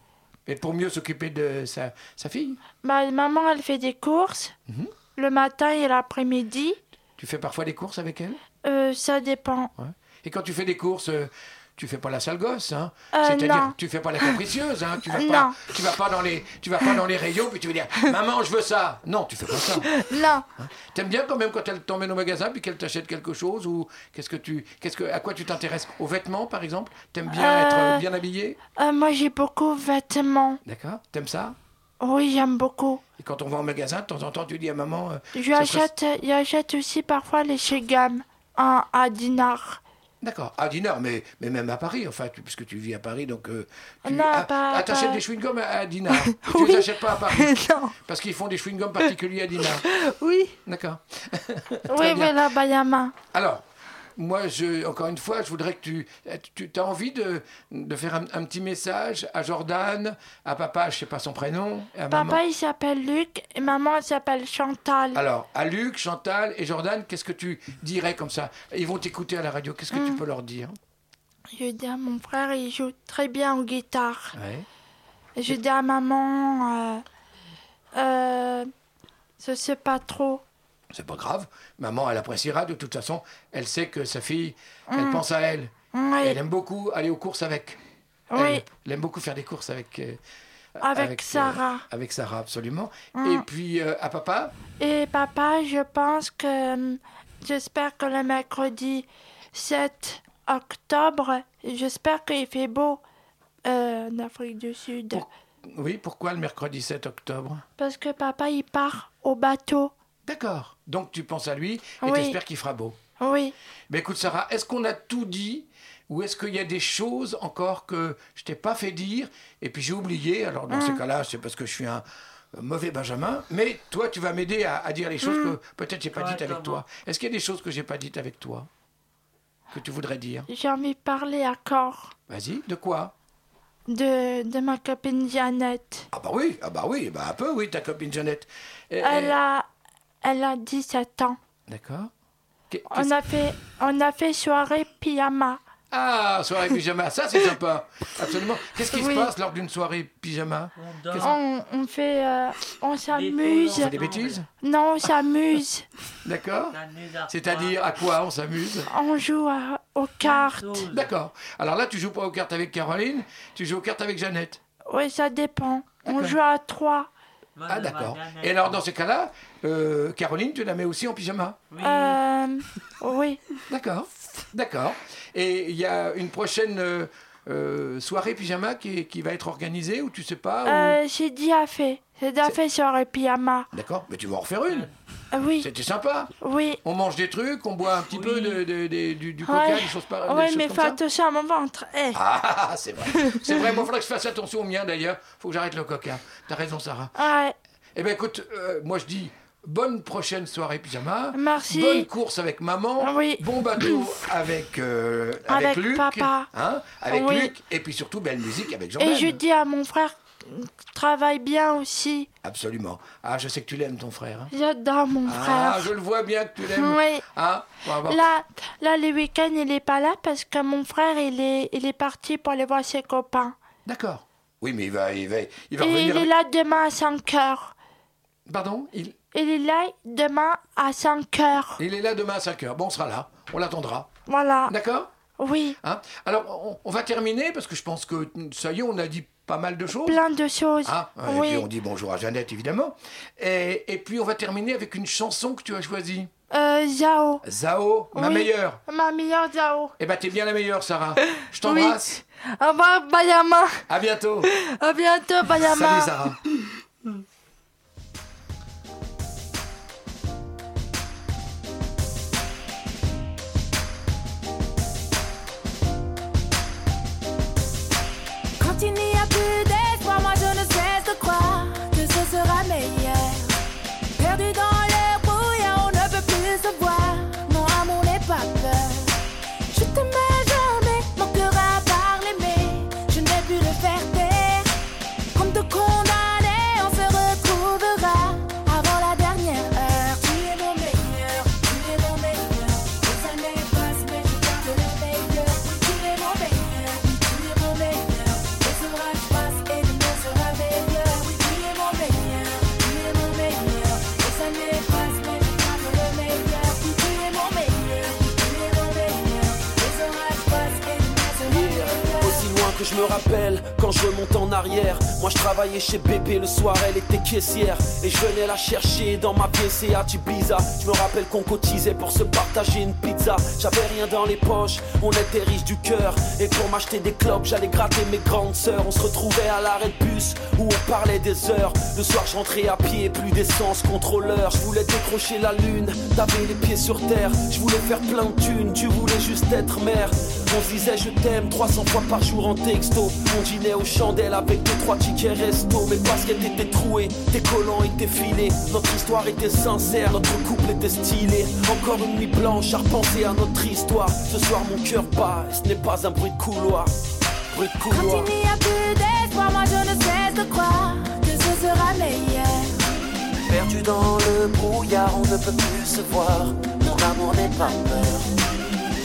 Speaker 5: Et pour mieux s'occuper de sa, sa fille
Speaker 6: Ma Bah, maman, elle fait des courses.
Speaker 5: Mhm.
Speaker 6: Le matin et l'après-midi.
Speaker 5: Tu fais parfois des courses avec elle
Speaker 6: Euh, ça dépend.
Speaker 5: Et quand tu fais des courses, euh, tu fais pas la sale gosse, hein
Speaker 6: Euh,
Speaker 5: C'est-à-dire,
Speaker 6: non.
Speaker 5: tu fais pas la capricieuse, hein
Speaker 6: [laughs]
Speaker 5: Tu vas
Speaker 6: Non.
Speaker 5: pas, tu vas pas dans les, tu vas pas dans les rayons puis tu vas
Speaker 6: [laughs]
Speaker 5: dire, maman, je veux ça. Non, tu fais pas ça. Hein
Speaker 6: Non.
Speaker 5: T'aimes bien quand même quand elle t'emmène au magasin puis qu'elle t'achète quelque chose ou qu'est-ce que tu qu'est-ce que à quoi tu t'intéresses aux vêtements par exemple T'aimes bien
Speaker 6: Euh,
Speaker 5: être euh, bien habillé
Speaker 6: Euh, moi, j'ai beaucoup de vêtements.
Speaker 5: D'accord T'aimes ça
Speaker 6: Oui, j'aime beaucoup.
Speaker 5: Et quand on va au magasin de temps en temps tu dis à maman euh,
Speaker 6: Je
Speaker 5: Ça
Speaker 6: achète, j'achète aussi parfois les chewing-gums à, à dinar.
Speaker 5: D'accord. À Dinard, mais, mais même à Paris, enfin, tu- puisque tu vis à Paris, donc. euh, tu,
Speaker 6: Non,
Speaker 5: ah,
Speaker 6: pas-
Speaker 5: ah, t'achètes
Speaker 6: pas-
Speaker 5: des chewing-gums à, à
Speaker 6: [laughs]
Speaker 5: Dinard. Tu
Speaker 6: Oui.
Speaker 5: les achètes pas à Paris.
Speaker 6: [laughs] non,
Speaker 5: Parce qu'ils font des chewing-gums particuliers à Dinard.
Speaker 6: oui. [laughs]
Speaker 5: D'accord. bien.
Speaker 6: Oui, oui, là-bas, il y a main.
Speaker 5: Alors, moi, je, encore une fois, je voudrais que tu, tu as envie de, de faire un, un petit message à Jordan, à papa, je sais pas son prénom, et à Ah, maman.
Speaker 6: Papa, il s'appelle Luc et maman, elle s'appelle Chantal.
Speaker 5: Alors, à Luc, Chantal et Jordan, qu'est-ce que tu dirais comme ça Ils vont t'écouter à la radio, qu'est-ce que
Speaker 6: Hum.
Speaker 5: tu peux leur dire
Speaker 6: Je dis à mon frère, il joue très bien en guitare.
Speaker 5: Ouais.
Speaker 6: Et Je dis à maman, euh, euh, je sais pas trop.
Speaker 5: C'est pas grave, maman, elle appréciera, de toute façon, elle sait que sa fille, elle pense à elle.
Speaker 6: Mm. Oui,
Speaker 5: Et Elle aime beaucoup aller aux courses avec.
Speaker 6: oui,
Speaker 5: Elle, elle aime beaucoup faire des courses avec... euh,
Speaker 6: avec,
Speaker 5: avec, euh,
Speaker 6: Sarah.
Speaker 5: avec Sarah, absolument.
Speaker 6: Mm.
Speaker 5: Et puis, euh, à papa
Speaker 6: Et papa, je pense que. hum, J'espère que le mercredi 7 octobre, j'espère qu'il fait beau euh, en Afrique du Sud.
Speaker 5: Pour- Oui, pourquoi le mercredi 7 octobre
Speaker 6: Parce que papa, il part au bateau.
Speaker 5: D'accord. Donc tu penses à lui et
Speaker 6: Oui.
Speaker 5: t'espères qu'il fera beau.
Speaker 6: Oui.
Speaker 5: Mais écoute Sarah, est-ce qu'on a tout dit ou est-ce qu'il y a des choses encore que je t'ai pas fait dire et puis j'ai oublié Alors dans
Speaker 6: Mm.
Speaker 5: ces cas-là, c'est parce que je suis un euh, mauvais Benjamin. Mais toi, tu vas m'aider à, à dire les
Speaker 6: Mm.
Speaker 5: choses que peut-être j'ai pas dites avec toi. Est-ce qu'il y a des choses que j'ai pas dites avec toi que tu voudrais dire
Speaker 6: J'ai envie de parler encore
Speaker 5: Vas-y. De quoi
Speaker 6: de, de ma copine Jeannette.
Speaker 5: Ah bah oui, ah bah oui, bah un peu oui, ta copine Jeannette. Eh,
Speaker 6: Elle
Speaker 5: eh,
Speaker 6: a, elle a 17 ans.
Speaker 5: D'accord. Qu'est- qu'est-ce-
Speaker 6: On a, fait, on a fait soirée pyjama.
Speaker 5: Ah, soirée pyjama, ça c'est sympa. Absolument. Qu'est-ce qui
Speaker 6: Oui.
Speaker 5: se passe lors d'une soirée pyjama
Speaker 6: On, on fait. euh, on s'amuse.
Speaker 5: Des bêtises
Speaker 6: Non, on s'amuse.
Speaker 5: D'accord C'est-à-dire à quoi on s'amuse
Speaker 6: On joue à- aux cartes.
Speaker 5: D'accord. Alors là, tu joues pas aux cartes avec Caroline, tu joues aux cartes avec Jeannette.
Speaker 6: Oui, ça dépend. On
Speaker 5: D'accord.
Speaker 6: joue à trois.
Speaker 5: Ah d'accord. Et alors dans ce cas-là, euh, Caroline, tu la mets aussi en pyjama.
Speaker 6: Euh, oui.
Speaker 5: D'accord. D'accord. Et il y a une prochaine euh, euh, soirée pyjama qui, qui va être organisée ou tu sais pas ou-
Speaker 6: Euh, J'ai déjà fait. J'ai déjà fait soirée pyjama.
Speaker 5: D'accord. Mais tu vas en refaire une.
Speaker 6: Euh, Oui,
Speaker 5: C'était sympa.
Speaker 6: oui. Ah
Speaker 5: On mange des trucs, on boit un petit peu de, de- de- du, du coca,
Speaker 6: Ouais.
Speaker 5: des choses par- des
Speaker 6: Oui,
Speaker 5: choses
Speaker 6: mais
Speaker 5: comme
Speaker 6: fais
Speaker 5: ça.
Speaker 6: attention à mon ventre. Eh.
Speaker 5: Ah, c'est vrai. C'est vrai, il faudrait que je fasse attention au mien d'ailleurs. Faut que j'arrête le coca. T'as raison, Sarah.
Speaker 6: Ah Ouais,
Speaker 5: Eh ben écoute, euh, moi je dis bonne prochaine soirée pyjama.
Speaker 6: merci. Ah
Speaker 5: Bonne course avec maman.
Speaker 6: Oui.
Speaker 5: Bon bateau avec, euh,
Speaker 6: Avec
Speaker 5: Luc.
Speaker 6: papa.
Speaker 5: Hein, avec
Speaker 6: Oui.
Speaker 5: Luc. Et puis surtout belle musique avec jean
Speaker 6: Et je dis à mon frère, travaille bien aussi.
Speaker 5: Absolument. Ah, je sais que tu l'aimes ton frère. hein.
Speaker 6: J'adore mon
Speaker 5: Ah, je
Speaker 6: frère.
Speaker 5: le vois bien que tu l'aimes.
Speaker 6: Oui.
Speaker 5: Hein On va voir.
Speaker 6: Là, là, le week-end, il est pas là parce que mon frère, il est, il est parti pour aller voir ses copains.
Speaker 5: D'accord. Oui, mais il va, il va, il va
Speaker 6: Et
Speaker 5: revenir.
Speaker 6: il est là demain à 5 heures.
Speaker 5: Pardon il,
Speaker 6: Il est là demain à 5 heures.
Speaker 5: il est là demain à 5h. Bon, on sera là. On l'attendra.
Speaker 6: Voilà.
Speaker 5: D'accord
Speaker 6: Oui,
Speaker 5: Hein Alors, on, on va terminer parce que je pense que ça y est, on a dit pas mal de choses.
Speaker 6: plein de choses.
Speaker 5: Ah, ouais, et puis
Speaker 6: oui.
Speaker 5: on dit bonjour à Jeannette, évidemment. Et, et puis, on va terminer avec une chanson que tu as choisie.
Speaker 6: Euh, Zao.
Speaker 5: Zao, ma
Speaker 6: Oui.
Speaker 5: meilleure.
Speaker 6: Ma meilleure Zao.
Speaker 5: Eh ben, t'es bien la meilleure, Sarah.
Speaker 6: [laughs]
Speaker 5: Je t'embrasse.
Speaker 6: Au revoir, Bayama.
Speaker 5: À bientôt.
Speaker 6: À bientôt, Bayama.
Speaker 5: Salut, Sarah.
Speaker 9: Quand il n'y a plus d'espoir, moi je ne cesse de croire que ce sera meilleur. Perdu dans le brouillard, on ne peut plus se voir. Mon amour n'est pas peur. Je t'aime à jamais, mon cœur a parlé, mais je ne vais plus le faire taire. Comme de condamnés, on se retrouve.
Speaker 10: que je me rappelle quand je remonte en arrière. Moi je travaillais chez bébé le soir, elle était caissière. Et je venais la chercher dans ma PCA Ibiza. Je me rappelle qu'on cotisait pour se partager une pizza. J'avais rien dans les poches, on était riches du cœur. Et pour m'acheter des clopes, j'allais gratter mes grandes sœurs. On se retrouvait à l'arrêt de bus où on parlait des heures. Le soir je rentrais à pied, plus d'essence, contrôleur. Je voulais décrocher la lune, taper les pieds sur terre. Je voulais faire plein de thunes, tu voulais juste être mère. On se disait je t'aime 300 fois par jour en texto. On dînait aux chandelles avec tes trois tickets resto. Mes baskets étaient trouées, tes collants étaient filés. Notre histoire était sincère, notre couple était stylé. Encore une nuit blanche à repenser à notre histoire. Ce soir mon cœur bat, et ce n'est pas un bruit de couloir. Bruit de
Speaker 9: Quand
Speaker 10: couloir.
Speaker 9: il n'y a plus d'espoir, moi je ne cesse de croire que ce sera meilleur.
Speaker 10: Perdu dans le brouillard, on ne peut plus se voir. Mon amour n'est pas peur.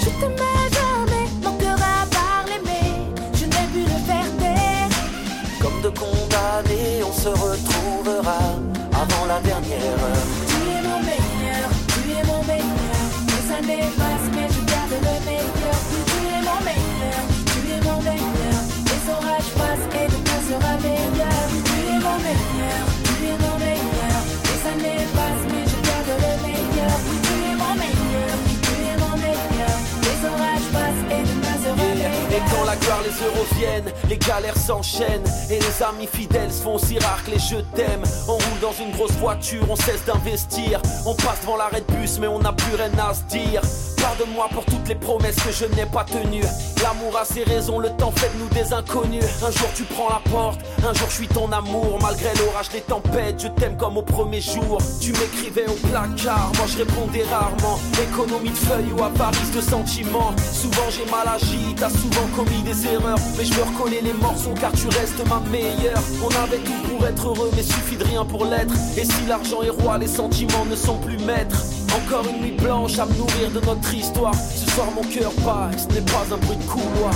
Speaker 9: Je t'aimais jamais, mon cœur a parlé, mais je n'ai pu le faire taire.
Speaker 10: Comme de condamnés, on se retrouvera avant la dernière heure.
Speaker 9: Tu es mon meilleur, tu es mon meilleur. Mais ça m'efface, mais je garde le meilleur. Oui, tu es mon meilleur, tu es mon meilleur. Les orages passent et demain sera meilleur. Oui, tu es mon meilleur, tu es mon meilleur. Mais ça m'efface, mais je garde le meilleur. Oui, tu es mon meilleur, tu es mon meilleur. Les orages passent et demain sera meilleur.
Speaker 10: Et quand la gloire, les euros viennent, les galères s'enchaînent. Et les amis fidèles se font aussi rares que les je t'aime. On roule dans une grosse voiture, on cesse d'investir. On passe devant l'arrêt de bus, mais on n'a plus rien à se dire. Pardonne-moi pour toutes les promesses que je n'ai pas tenues. L'amour a ses raisons, le temps fait de nous des inconnus. Un jour tu prends la porte, un jour je suis ton amour. Malgré l'orage des tempêtes, je t'aime comme au premier jour. Tu m'écrivais au placard, moi je répondais rarement. Économie de feuilles ou avarice de sentiments. Souvent j'ai mal agi, t'as souvent commis des erreurs. Mais je me recollais les morceaux car tu restes ma meilleure. On avait tout pour être heureux, mais suffit de rien pour l'être. Et si l'argent est roi, les sentiments ne sont plus maîtres. Encore une nuit blanche à me nourrir de notre histoire. Ce soir mon cœur bat, et ce n'est pas un bruit de couloir.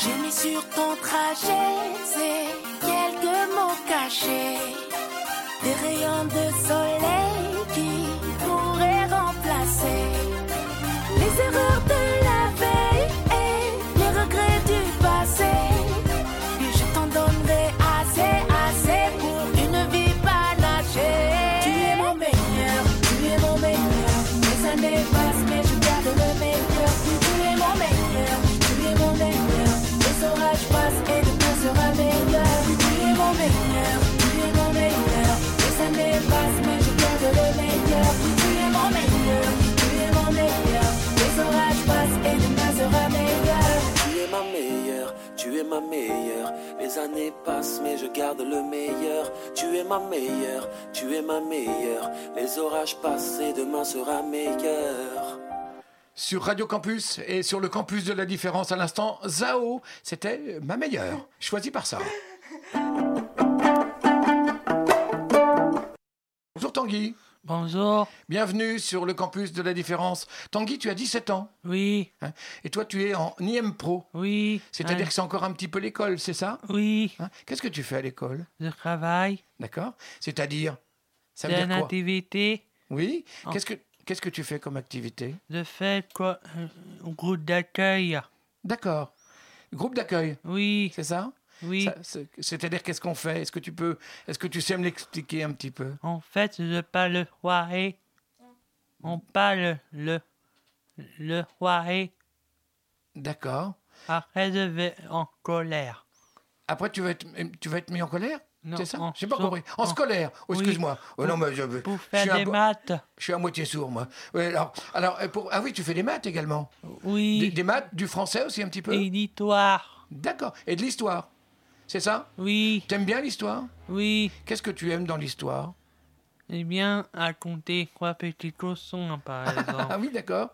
Speaker 9: J'ai mis sur ton trajet ces quelques mots cachés. Des rayons de soleil qui pourraient remplacer les erreurs de la veille et les regrets du passé. Et je t'en donnerai assez, assez pour une vie panachée. Tu es mon meilleur, tu es mon meilleur. Les années passent, mais je garde le meilleur. Oui, tu es mon meilleur, tu es mon meilleur. Les orages passent et demain sera meilleur. Oui, tu es mon meilleur, tu es mon meilleur. Les années passent, mais je garde le meilleur. Oui, tu es mon meilleur, tu es mon meilleur. Les orages passent et demain sera meilleur.
Speaker 10: Tu es ma meilleure, tu es ma meilleure. Les années passent, mais je garde le meilleur. Tu es ma meilleure, tu es ma meilleure. Les orages passent et demain sera meilleur.
Speaker 5: Sur Radio Campus et sur le campus de la différence à l'instant, Zao, c'était ma meilleure, choisie par Sarah. Bonjour Tanguy,
Speaker 8: Bonjour.
Speaker 5: bienvenue sur le campus de la différence. Tanguy, tu as 17 ans
Speaker 8: Oui,
Speaker 5: hein, et toi tu es en IM Pro,
Speaker 8: oui.
Speaker 5: c'est-à-dire
Speaker 8: hein,
Speaker 5: que c'est encore un petit peu l'école, c'est ça
Speaker 8: Oui,
Speaker 5: Hein, Qu'est-ce que tu fais à l'école
Speaker 8: je travaille.
Speaker 5: D'accord C'est-à-dire Ça
Speaker 8: J'ai
Speaker 5: veut
Speaker 8: une
Speaker 5: dire quoi
Speaker 8: activité.
Speaker 5: Oui
Speaker 8: Oh.
Speaker 5: Qu'est-ce que Qu'est-ce que tu fais comme activité
Speaker 8: Je fais quoi euh, Un groupe d'accueil.
Speaker 5: D'accord. Groupe d'accueil,
Speaker 8: Oui,
Speaker 5: c'est ça
Speaker 8: oui.
Speaker 5: Ça, c'est- C'est-à-dire qu'est-ce qu'on fait Est-ce que tu peux, est-ce que tu sais me l'expliquer un petit peu
Speaker 8: En fait, je parle soirée. On parle le le soirée.
Speaker 5: D'accord.
Speaker 8: Après, je vais en colère.
Speaker 5: Après, tu vas être, tu vas être mis en colère
Speaker 8: Non,
Speaker 5: C'est ça
Speaker 8: en-
Speaker 5: J'ai pas
Speaker 8: en-
Speaker 5: compris. En,
Speaker 8: en-
Speaker 5: scolaire. Oh,
Speaker 8: oui.
Speaker 5: excuse-moi. Oh, non, mais je,
Speaker 8: Pour
Speaker 5: je suis
Speaker 8: faire
Speaker 5: à
Speaker 8: des
Speaker 5: bo-
Speaker 8: maths.
Speaker 5: je suis à moitié sourd, moi. Ouais, alors, alors euh, pour, ah oui, tu fais des maths également. Des,
Speaker 8: Oui.
Speaker 5: des maths, du français aussi un petit peu.
Speaker 8: Et l'histoire.
Speaker 5: D'accord. Et de l'histoire. C'est ça
Speaker 8: Oui,
Speaker 5: T'aimes bien l'histoire
Speaker 8: oui.
Speaker 5: Qu'est-ce que tu aimes dans l'histoire
Speaker 8: Eh bien, à compter trois petits cochons, hein, par
Speaker 5: Ah
Speaker 8: exemple.
Speaker 5: oui, d'accord.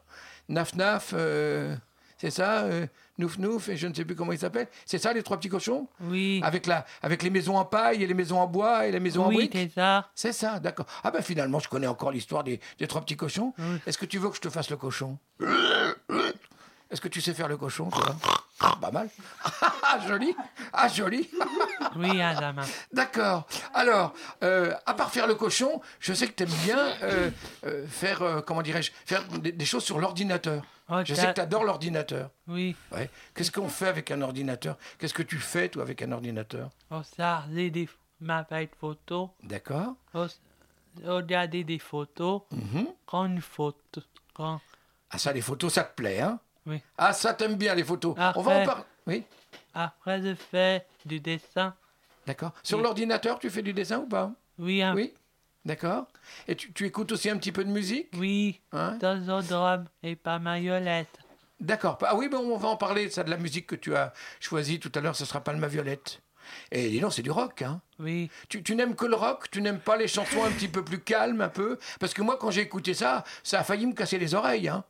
Speaker 5: Naf Naf, euh, c'est ça euh, Nouf Nouf, et je ne sais plus comment il s'appelle. C'est ça, les trois petits cochons
Speaker 8: Oui,
Speaker 5: Avec, la, avec les maisons en paille et les maisons en bois et les maisons en
Speaker 8: oui,
Speaker 5: briques
Speaker 8: c'est ça.
Speaker 5: C'est ça, d'accord. Ah ben finalement, je connais encore l'histoire des, des trois petits cochons.
Speaker 8: Oui.
Speaker 5: Est-ce que tu veux que je te fasse le cochon Est-ce que tu sais faire le cochon toi Pas mal. Ah, joli Ah, joli
Speaker 8: Oui, Adama.
Speaker 5: D'accord. Alors, euh, à part faire le cochon, je sais que tu aimes bien euh, euh, faire, euh, comment dirais-je, faire des, des choses sur l'ordinateur.
Speaker 8: Oh,
Speaker 5: je
Speaker 8: t'as-
Speaker 5: sais que tu adores l'ordinateur.
Speaker 8: Oui,
Speaker 5: Ouais. Qu'est-ce qu'on fait avec un ordinateur Qu'est-ce que tu fais, toi, avec un ordinateur
Speaker 8: regardez Oh, des... ma belle photo. Oh,
Speaker 5: D'accord
Speaker 8: Regardez des photos.
Speaker 5: Mhm.
Speaker 8: Quand une photo. Quand...
Speaker 5: Ah, ça, les photos, ça te plaît, hein
Speaker 8: Oui.
Speaker 5: Ah, ça, t'aimes bien les photos. On va en
Speaker 8: Après.
Speaker 5: parler. Oui,
Speaker 8: Après de faire du dessin.
Speaker 5: d'accord. Sur
Speaker 8: Oui.
Speaker 5: l'ordinateur, tu fais du dessin ou pas
Speaker 8: Oui, hein. un...
Speaker 5: Oui. D'accord. Et tu, tu écoutes aussi un petit peu de musique
Speaker 8: Oui,
Speaker 5: Hein
Speaker 8: Dosodrome et pas Mayolette.
Speaker 5: D'accord. Ah oui, ben on va en parler, ça, de la musique que tu as choisie tout à l'heure, ce sera Palma Violette. Et dis donc, c'est du rock, hein
Speaker 8: Oui,
Speaker 5: Tu, tu n'aimes que le rock, tu n'aimes pas les chansons un petit peu plus calmes, un peu Parce que moi, quand j'ai écouté ça, ça a failli me casser les oreilles, hein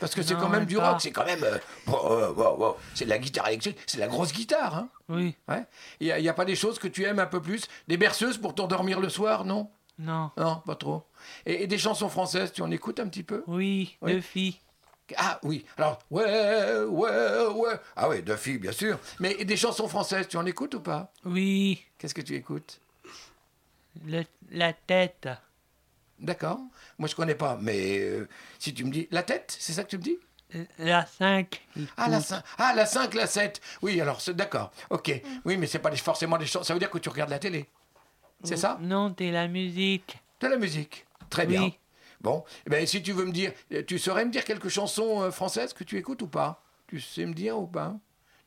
Speaker 5: Parce que c'est
Speaker 8: Non,
Speaker 5: quand même
Speaker 8: même
Speaker 5: du
Speaker 8: pas.
Speaker 5: rock, c'est quand même... euh, wow, wow, wow, wow. C'est de la guitare électrique, c'est de la grosse guitare, hein
Speaker 8: oui,
Speaker 5: Ouais. Il n'y a, pas des choses que tu aimes un peu plus Des berceuses pour t'endormir le soir, non
Speaker 8: non.
Speaker 5: Non, pas trop. Et, et des chansons françaises, tu en écoutes un petit peu
Speaker 8: Oui,
Speaker 5: Oui.
Speaker 8: deux filles.
Speaker 5: Ah oui, alors, ouais, ouais, ouais. Ah oui, deux filles, bien sûr. Mais des chansons françaises, tu en écoutes ou pas
Speaker 8: Oui,
Speaker 5: Qu'est-ce que tu écoutes
Speaker 8: le, la tête.
Speaker 5: D'accord. Moi, je connais pas, mais euh, si tu me dis. La tête, c'est ça que tu me dis
Speaker 8: La 5.
Speaker 5: ah la, cin- ah, la 5, la 7. Oui, alors, c'est d'accord. Ok. Oui, mais c'est pas des- forcément des chansons. Ça veut dire que tu regardes la télé. C'est ça
Speaker 8: Non, t'es la musique.
Speaker 5: De la musique. Très bien.
Speaker 8: Oui.
Speaker 5: Bon, eh ben, si tu veux me dire, euh, tu saurais me dire quelques chansons euh, françaises que tu écoutes ou pas Tu sais me dire ou pas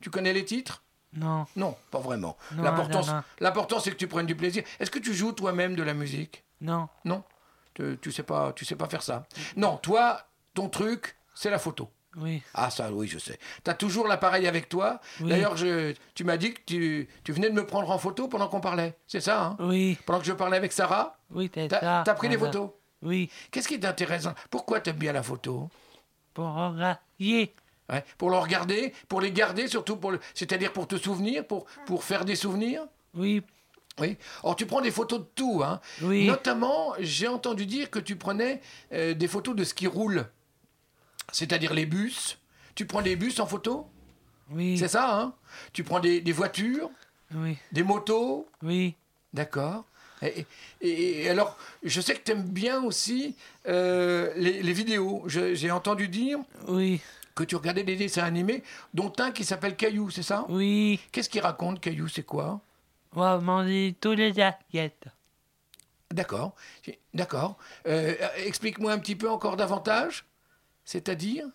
Speaker 5: Tu connais les titres
Speaker 8: Non,
Speaker 5: Non, pas vraiment.
Speaker 8: Non,
Speaker 5: L'importance-
Speaker 8: non, non.
Speaker 5: L'important, c'est que tu prennes du plaisir. Est-ce que tu joues toi-même de la musique
Speaker 8: non,
Speaker 5: Non tu, tu sais pas, tu sais pas faire ça. Non, toi, ton truc, c'est la photo.
Speaker 8: oui,
Speaker 5: Ah ça, oui, je sais. T'as toujours l'appareil avec toi.
Speaker 8: Oui.
Speaker 5: D'ailleurs, je- tu m'as dit que tu, tu venais de me prendre en photo pendant qu'on parlait. C'est ça, hein
Speaker 8: oui,
Speaker 5: Pendant que je parlais avec Sarah,
Speaker 8: oui, t'es
Speaker 5: t'as
Speaker 8: ça. Euh,
Speaker 5: t'as pris des
Speaker 8: Ada.
Speaker 5: photos.
Speaker 8: ah, Oui,
Speaker 5: Qu'est-ce qui t'intéresse hein Pourquoi t'aimes bien la photo
Speaker 8: pour regarder.
Speaker 5: Ouais, Pour le regarder, pour les garder, surtout pour le... C'est-à-dire pour te souvenir, pour, pour faire des souvenirs
Speaker 8: Oui,
Speaker 5: Oui. Or, tu prends des photos de tout. Hein.
Speaker 8: Oui.
Speaker 5: Notamment, j'ai entendu dire que tu prenais euh, des photos de ce qui roule, c'est-à-dire les bus. Tu prends des bus en photo
Speaker 8: oui,
Speaker 5: C'est ça, hein Tu prends des, des voitures,
Speaker 8: oui,
Speaker 5: des motos,
Speaker 8: oui,
Speaker 5: d'accord et, et- et alors, je sais que tu aimes bien aussi euh, les, les vidéos. Je- J'ai entendu dire
Speaker 8: oui,
Speaker 5: que tu regardais des dessins animés, dont un qui s'appelle Caillou, c'est ça
Speaker 8: oui.
Speaker 5: Qu'est-ce qu'il raconte, Caillou C'est quoi
Speaker 8: On va manger tous les assiettes.
Speaker 5: D'accord, d'accord. Euh, Explique-moi un petit peu encore davantage. C'est-à-dire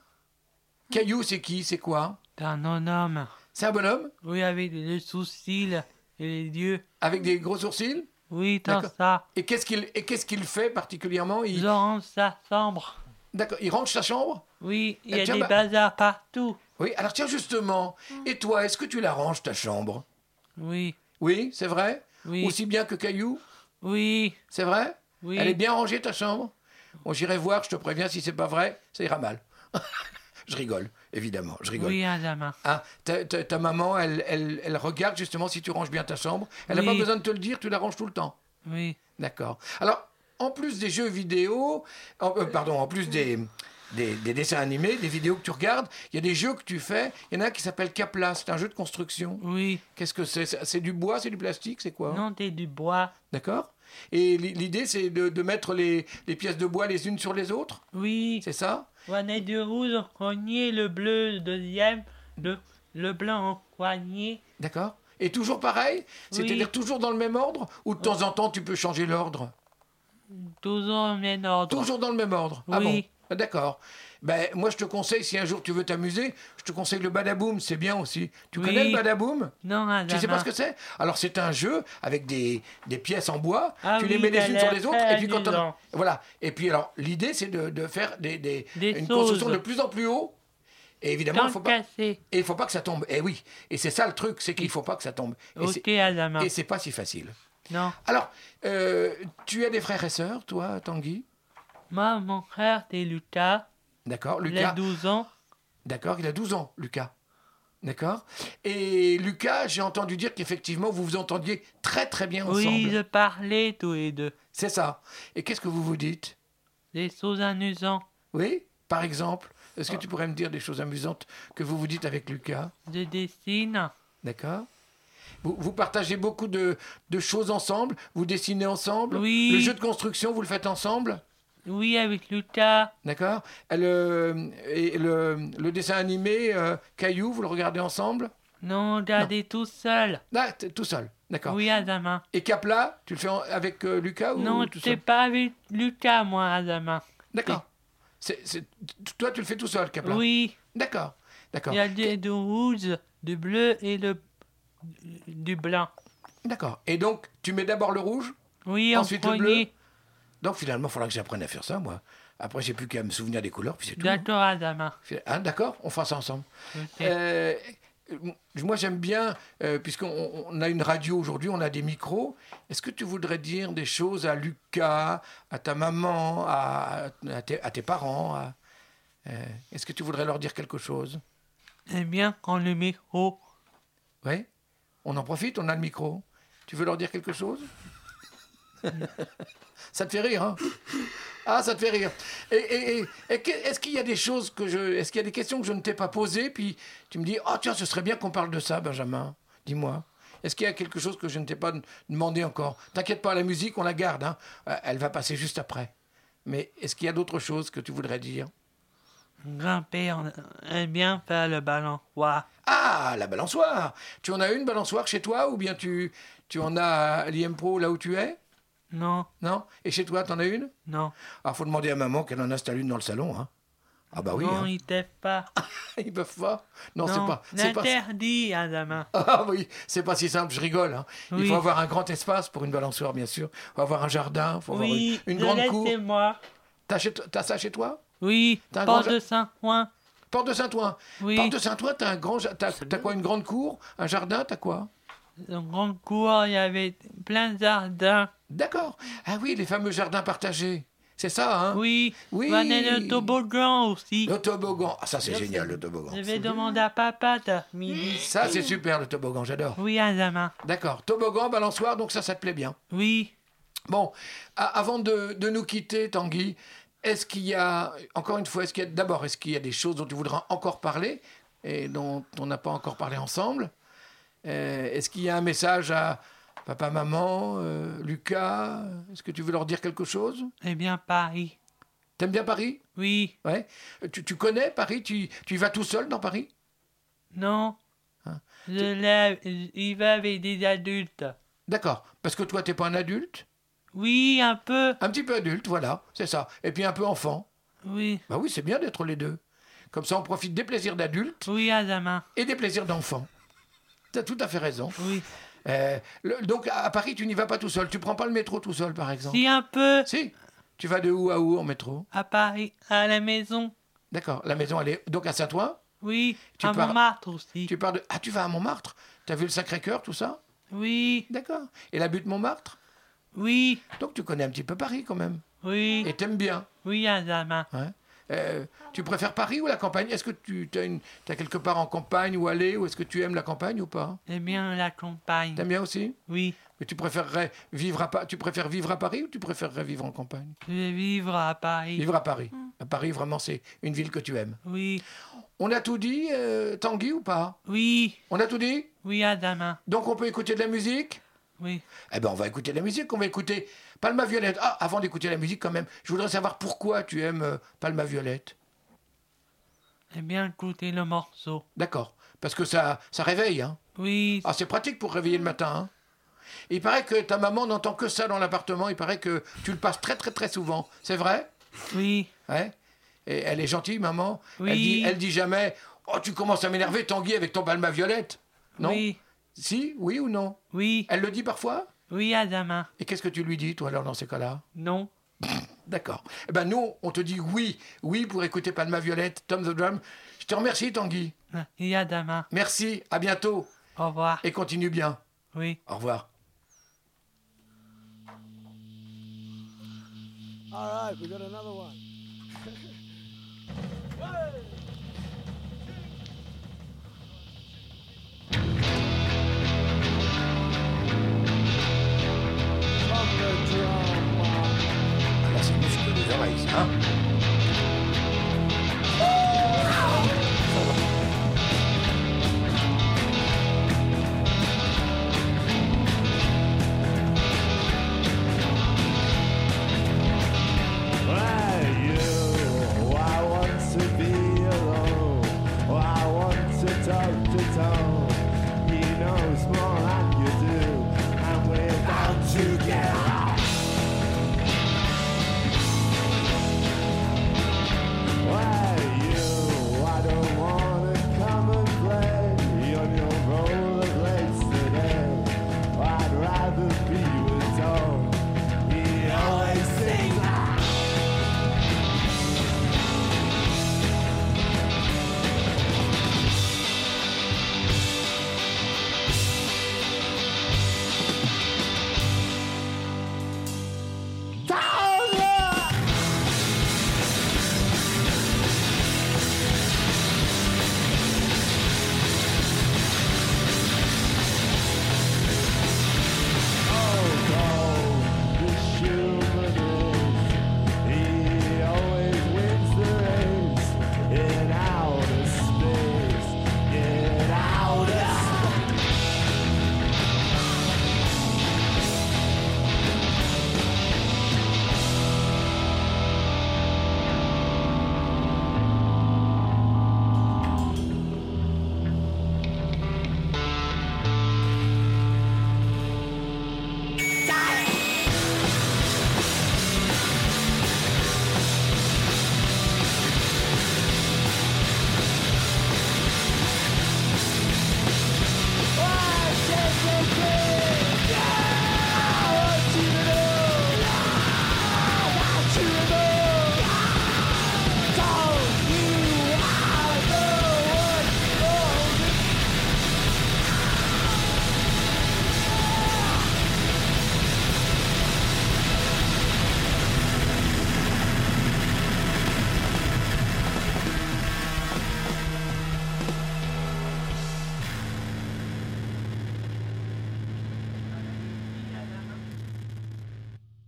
Speaker 5: Caillou, c'est qui C'est quoi
Speaker 8: T'es un homme.
Speaker 5: C'est un bonhomme
Speaker 8: Oui, avec les sourcils et les yeux.
Speaker 5: avec des gros sourcils
Speaker 8: Oui, dans
Speaker 5: D'accord.
Speaker 8: ça.
Speaker 5: Et qu'est-ce qu'il et qu'est-ce qu'il fait particulièrement il,
Speaker 8: Laurent, ça sombre.
Speaker 5: D'accord, il range sa chambre
Speaker 8: Oui, il y
Speaker 5: Eh,
Speaker 8: a
Speaker 5: tiens,
Speaker 8: des
Speaker 5: bah-
Speaker 8: bazars partout.
Speaker 5: Oui, alors tiens justement, et toi, est-ce que tu la ranges ta chambre
Speaker 8: Oui,
Speaker 5: Oui, c'est vrai
Speaker 8: Oui.
Speaker 5: Aussi bien que Caillou
Speaker 8: oui,
Speaker 5: C'est vrai
Speaker 8: Oui.
Speaker 5: Elle est bien rangée ta chambre Bon, j'irai voir, je te préviens, si c'est pas vrai, ça ira mal. [laughs] je rigole, évidemment, je rigole.
Speaker 8: oui, hein. Adama.
Speaker 5: Ah, ta, ta- ta maman, elle, elle- elle regarde justement si tu ranges bien ta chambre. Elle n'a
Speaker 8: Oui.
Speaker 5: pas besoin de te le dire, tu la ranges tout le temps.
Speaker 8: Oui,
Speaker 5: D'accord. Alors, en plus des jeux vidéo, en- euh, pardon, en plus des, des, des dessins animés, des vidéos que tu regardes, il y a des jeux que tu fais. Il y en a un qui s'appelle Capla, c'est un jeu de construction.
Speaker 8: oui.
Speaker 5: Qu'est-ce que c'est C'est c'est du bois, c'est du plastique, c'est quoi
Speaker 8: Non, t'es du bois.
Speaker 5: D'accord Et l'i- l'idée, c'est de, de mettre les, les pièces de bois les unes sur les autres
Speaker 8: Oui.
Speaker 5: C'est ça
Speaker 8: On est du rouge en premier, le bleu le deuxième, le, le blanc en poignet.
Speaker 5: D'accord Et toujours pareil C'est-à-dire toujours dans le même ordre Ou de temps en temps, tu peux changer l'ordre
Speaker 8: Toujours en même ordre.
Speaker 5: Toujours dans le même ordre. Ah bon
Speaker 8: Oui.
Speaker 5: Ah, D'accord. Ben, moi, je te conseille, si un jour tu veux t'amuser, je te conseille le Badaboom, c'est bien aussi. Tu
Speaker 8: Oui. Ah,
Speaker 5: connais le Badaboom
Speaker 8: Non, Adama.
Speaker 5: Tu sais pas ce que c'est Alors, c'est un jeu avec des, des pièces en bois.
Speaker 8: Ah
Speaker 5: tu
Speaker 8: oui,
Speaker 5: les mets les
Speaker 8: t'as
Speaker 5: unes sur
Speaker 8: l'air
Speaker 5: les autres.
Speaker 8: très
Speaker 5: Et puis, quand on...
Speaker 8: amusant.
Speaker 5: Voilà. Et puis, alors, l'idée, c'est de, de faire des, des-
Speaker 8: Des
Speaker 5: une construction
Speaker 8: choses.
Speaker 5: de plus en plus haut. Et évidemment,
Speaker 8: Tant
Speaker 5: il faut pas...
Speaker 8: cassé.
Speaker 5: Et il faut pas que ça tombe. Et oui. Et c'est ça le truc, c'est qu'il faut pas que ça tombe. Et
Speaker 8: Ok,
Speaker 5: c'est-
Speaker 8: Adama.
Speaker 5: et c'est pas si facile.
Speaker 8: Non.
Speaker 5: Alors, euh, tu as des frères et sœurs, toi, Tanguy
Speaker 8: Moi, mon frère, t'es Lucas.
Speaker 5: D'accord,
Speaker 8: Il a
Speaker 5: Lucas.
Speaker 8: 12 ans.
Speaker 5: D'accord, il a 12 ans, Lucas. D'accord Et Lucas, j'ai entendu dire qu'effectivement, vous vous entendiez très très bien ensemble.
Speaker 8: Oui, je parlais tous les deux.
Speaker 5: C'est ça. Et qu'est-ce que vous vous dites
Speaker 8: Des choses amusantes. Ah.
Speaker 5: Oui Par exemple, est-ce que tu pourrais me dire des choses amusantes que vous vous dites avec Lucas
Speaker 8: Je dessine.
Speaker 5: D'accord Vous, vous partagez beaucoup de, de choses ensemble, vous dessinez ensemble.
Speaker 8: Oui.
Speaker 5: Le jeu de construction, vous le faites ensemble.
Speaker 8: Oui, avec Lucas.
Speaker 5: D'accord le, Et le, le dessin animé, euh, Caillou, vous le regardez ensemble
Speaker 8: Non, regardez tout seul.
Speaker 5: Ah, t'es tout seul, d'accord.
Speaker 8: Oui, Adama.
Speaker 5: Et Capla, tu le fais en- avec euh, Lucas ou
Speaker 8: Non,
Speaker 5: tout
Speaker 8: c'est
Speaker 5: seul
Speaker 8: pas avec Lucas, moi, Adama.
Speaker 5: D'accord. C'est- c'est- t- Toi, tu le fais tout seul, Capla
Speaker 8: Oui,
Speaker 5: D'accord, d'accord.
Speaker 8: il y a du, du rouge, du bleu et le, du blanc.
Speaker 5: D'accord. Et donc, tu mets d'abord le rouge
Speaker 8: Oui,
Speaker 5: Ensuite,
Speaker 8: en
Speaker 5: le bleu.
Speaker 8: premier.
Speaker 5: Donc finalement, il faudra que j'apprenne à faire ça, moi. Après, j'ai plus qu'à me souvenir des couleurs, puis c'est tout.
Speaker 8: D'accord, Adama.
Speaker 5: Fina- hein, D'accord, on fera ça ensemble.
Speaker 8: Ok.
Speaker 5: Euh, moi, j'aime bien, euh, puisqu'on on a une radio aujourd'hui, on a des micros. Est-ce que tu voudrais dire des choses à Lucas, à ta maman, à, à tes, à tes parents à- euh, Est-ce que tu voudrais leur dire quelque chose
Speaker 8: Eh bien, quand le micro.
Speaker 5: Oui On en profite, on a le micro. Tu veux leur dire
Speaker 8: [laughs]
Speaker 5: quelque chose Ça te fait rire, hein Ah, ça te fait rire. Et, et- et- et que- est-ce qu'il y a des choses que je, est-ce qu'il y a des questions que je ne t'ai pas posées, puis tu me dis, oh tiens, ce serait bien qu'on parle de ça, Benjamin. Dis-moi. Est-ce qu'il y a quelque chose que je ne t'ai pas demandé encore T'inquiète pas, la musique, on la garde. hein. Euh, Elle va passer juste après. Mais est-ce qu'il y a d'autres choses que tu voudrais dire
Speaker 8: Grimper, on aime bien faire le ballon. Ouah.
Speaker 5: Ah, la balançoire Tu en as une balançoire chez toi ou bien tu, tu en as à l'IM Pro là où tu es
Speaker 8: Non,
Speaker 5: Non Et chez toi, t'en as une
Speaker 8: non.
Speaker 5: Ah, faut demander à maman qu'elle en installe une dans le salon. Hein. Ah bah oui,
Speaker 8: non,
Speaker 5: hein.
Speaker 8: il t'aide pas.
Speaker 5: [laughs] ils peuvent pas. Non, c'est
Speaker 8: Non,
Speaker 5: pas, c'est pas.
Speaker 8: L'interdit, Adama.
Speaker 5: Ah oui, c'est pas si simple, je rigole. hein. Il
Speaker 8: Oui.
Speaker 5: faut avoir un grand espace pour une balançoire, bien sûr. Faut avoir un jardin, faut avoir
Speaker 8: Oui,
Speaker 5: une, une grande cour.
Speaker 8: moi
Speaker 5: T'as, chez- t'as ça chez toi
Speaker 8: Oui,
Speaker 5: T'as un
Speaker 8: porte
Speaker 5: grand-
Speaker 8: de Saint-Ouen.
Speaker 5: Porte de Saint-Ouen.
Speaker 8: Oui.
Speaker 5: Porte de Saint-Ouen, t'as un grand, ja- t'as, t'as quoi Une grande cour, un jardin, t'as quoi
Speaker 8: Dans le grand cours, il y avait plein de jardins.
Speaker 5: D'accord. Ah oui, les fameux jardins partagés. C'est ça, hein
Speaker 8: Oui,
Speaker 5: Oui.
Speaker 8: on avait le toboggan aussi.
Speaker 5: Le toboggan. Ah ça c'est génial le toboggan.
Speaker 8: Je vais demander à papa de midi.
Speaker 5: Ça c'est super le toboggan, j'adore.
Speaker 8: Oui, Adama.
Speaker 5: D'accord. Toboggan, bah, balançoire, donc ça, ça te plaît bien.
Speaker 8: Oui,
Speaker 5: Bon, a- avant de, de nous quitter, Tanguy, est-ce qu'il y a, encore une fois, est-ce qu'il y a, d'abord, est-ce qu'il y a des choses dont tu voudras encore parler et dont on n'a pas encore parlé ensemble Euh, Est-ce qu'il y a un message à papa, maman, euh, Lucas Est-ce que tu veux leur dire quelque chose
Speaker 8: eh bien, Paris.
Speaker 5: T'aimes bien Paris
Speaker 8: Oui,
Speaker 5: Ouais. Euh, Tu, tu connais Paris tu, tu y vas tout seul dans Paris
Speaker 8: non. Je lève, il va avec des adultes.
Speaker 5: D'accord. Parce que toi, t'es pas un adulte
Speaker 8: Oui, un peu.
Speaker 5: Un petit peu adulte, voilà, c'est ça. Et puis un peu enfant.
Speaker 8: Oui,
Speaker 5: Bah oui, c'est bien d'être les deux. Comme ça, on profite des plaisirs d'adultes
Speaker 8: oui, Adama.
Speaker 5: et des plaisirs d'enfants. T'as tout à fait raison.
Speaker 8: Oui.
Speaker 5: Euh, le- donc, à à Paris, tu n'y vas pas tout seul. Tu prends pas le métro tout seul, par exemple.
Speaker 8: Si, un peu.
Speaker 5: Si. Tu vas de où à où en métro
Speaker 8: À Paris, à la maison.
Speaker 5: D'accord. La maison, elle est donc à Saint-Ouen.
Speaker 8: Oui,
Speaker 5: Tu
Speaker 8: à
Speaker 5: pars-
Speaker 8: Montmartre aussi.
Speaker 5: Tu pars de. Ah, tu vas à Montmartre T'as vu le Sacré-Cœur, tout ça
Speaker 8: Oui,
Speaker 5: D'accord. Et la butte Montmartre
Speaker 8: oui,
Speaker 5: Donc, tu connais un petit peu Paris quand même.
Speaker 8: oui,
Speaker 5: Et t'aimes bien.
Speaker 8: oui, Adama.
Speaker 5: Ouais. Euh, tu préfères Paris ou la campagne Est-ce que tu as, une, t'as quelque part en campagne où aller Ou est-ce que tu aimes la campagne ou pas
Speaker 8: Eh bien, la campagne.
Speaker 5: T'aimes bien aussi
Speaker 8: Oui,
Speaker 5: Mais tu préférerais vivre à, Pa- tu préfères vivre à Paris ou tu préférerais vivre en campagne
Speaker 8: je vais vivre à Paris.
Speaker 5: Vivre à Paris.
Speaker 8: Hmm.
Speaker 5: À Paris, vraiment, c'est une ville que tu aimes.
Speaker 8: Oui,
Speaker 5: On a tout dit, euh, Tanguy, ou pas
Speaker 8: oui,
Speaker 5: On a tout dit
Speaker 8: oui, Adama.
Speaker 5: Donc on peut écouter de la musique
Speaker 8: Oui,
Speaker 5: Eh ben, on va écouter de la musique, on va écouter Palma Violette. Ah, avant d'écouter la musique, quand même, je voudrais savoir pourquoi tu aimes euh, Palma Violette.
Speaker 8: eh bien, écoutez le morceau.
Speaker 5: D'accord. Parce que ça, ça réveille, hein
Speaker 8: Oui,
Speaker 5: Ah, c'est pratique pour réveiller le matin, hein Il paraît que ta maman n'entend que ça dans l'appartement, il paraît que tu le passes très très très souvent. C'est vrai
Speaker 8: oui,
Speaker 5: Ouais. Et elle est gentille, maman.
Speaker 8: Oui.
Speaker 5: Elle, dit, elle dit jamais Oh, tu commences à m'énerver, Tanguy, avec ton balma violette. Non
Speaker 8: oui,
Speaker 5: Si Oui ou non
Speaker 8: oui,
Speaker 5: Elle le dit parfois
Speaker 8: oui, Adama.
Speaker 5: Et qu'est-ce que tu lui dis, toi, alors, dans ces cas-là
Speaker 8: Non,
Speaker 5: [laughs] D'accord. Eh ben, nous, on te dit oui, oui pour écouter Palma Violette, Tom the Drum. Je te remercie, Tanguy.
Speaker 8: oui, Adama.
Speaker 5: Merci, à bientôt
Speaker 8: Au revoir.
Speaker 5: et continue bien.
Speaker 8: Oui.
Speaker 5: Au revoir. Ah, là, c'est le muscle des oreilles, ça, hein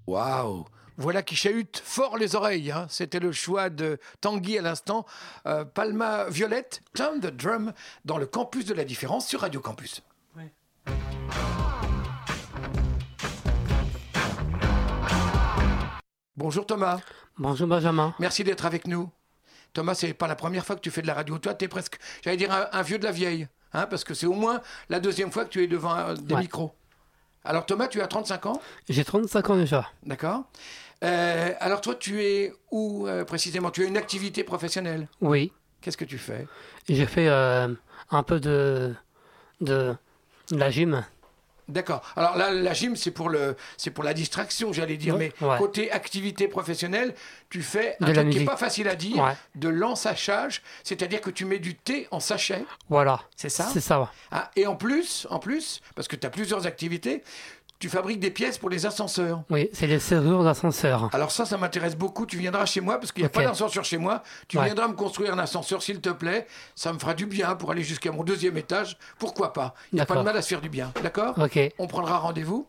Speaker 5: Waouh voilà qui chahute fort les oreilles. hein. C'était le choix de Tanguy à l'instant. Euh, Palma Violette, Turn the Drum, dans le campus de la différence sur Radio Campus. Bonjour Thomas.
Speaker 2: Bonjour Benjamin.
Speaker 5: Merci d'être avec nous. Thomas, c'est pas la première fois que tu fais de la radio. Toi, t'es presque, j'allais dire, un, un vieux de la vieille. hein, parce que c'est au moins la deuxième fois que tu es devant un- des
Speaker 2: Ouais.
Speaker 5: micros. Alors Thomas, tu as 35 ans,
Speaker 2: J'ai 35 ans déjà.
Speaker 5: d'accord Euh, Alors toi, tu es où euh, précisément Tu as une activité professionnelle.
Speaker 2: Oui.
Speaker 5: Qu'est-ce que tu fais
Speaker 2: J'ai fait euh, un peu de, de de la gym.
Speaker 5: D'accord. Alors là, la gym, c'est pour, le, c'est pour la distraction, j'allais dire.
Speaker 2: Ouais.
Speaker 5: Mais
Speaker 2: Ouais.
Speaker 5: côté activité professionnelle, tu fais un
Speaker 2: De la
Speaker 5: truc qui n'est
Speaker 2: musique.
Speaker 5: pas facile à dire,
Speaker 2: Ouais.
Speaker 5: de l'ensachage, c'est-à-dire que tu mets du thé en sachet.
Speaker 2: Voilà.
Speaker 5: C'est ça
Speaker 2: C'est ça. ouais.
Speaker 5: Ah, et en plus, en plus, parce que tu as plusieurs activités, tu fabriques des pièces pour les ascenseurs.
Speaker 2: Oui, c'est les serrures d'ascenseur.
Speaker 5: Alors ça, ça m'intéresse beaucoup. Tu viendras chez moi parce qu'il n'y a
Speaker 2: Ok.
Speaker 5: pas d'ascenseur chez moi. Tu
Speaker 2: Ouais.
Speaker 5: viendras me construire un ascenseur, s'il te plaît. Ça me fera du bien pour aller jusqu'à mon deuxième étage. Pourquoi pas Il n'y a pas de
Speaker 2: D'accord.
Speaker 5: mal à se faire du bien. D'accord
Speaker 2: Ok.
Speaker 5: On prendra rendez-vous.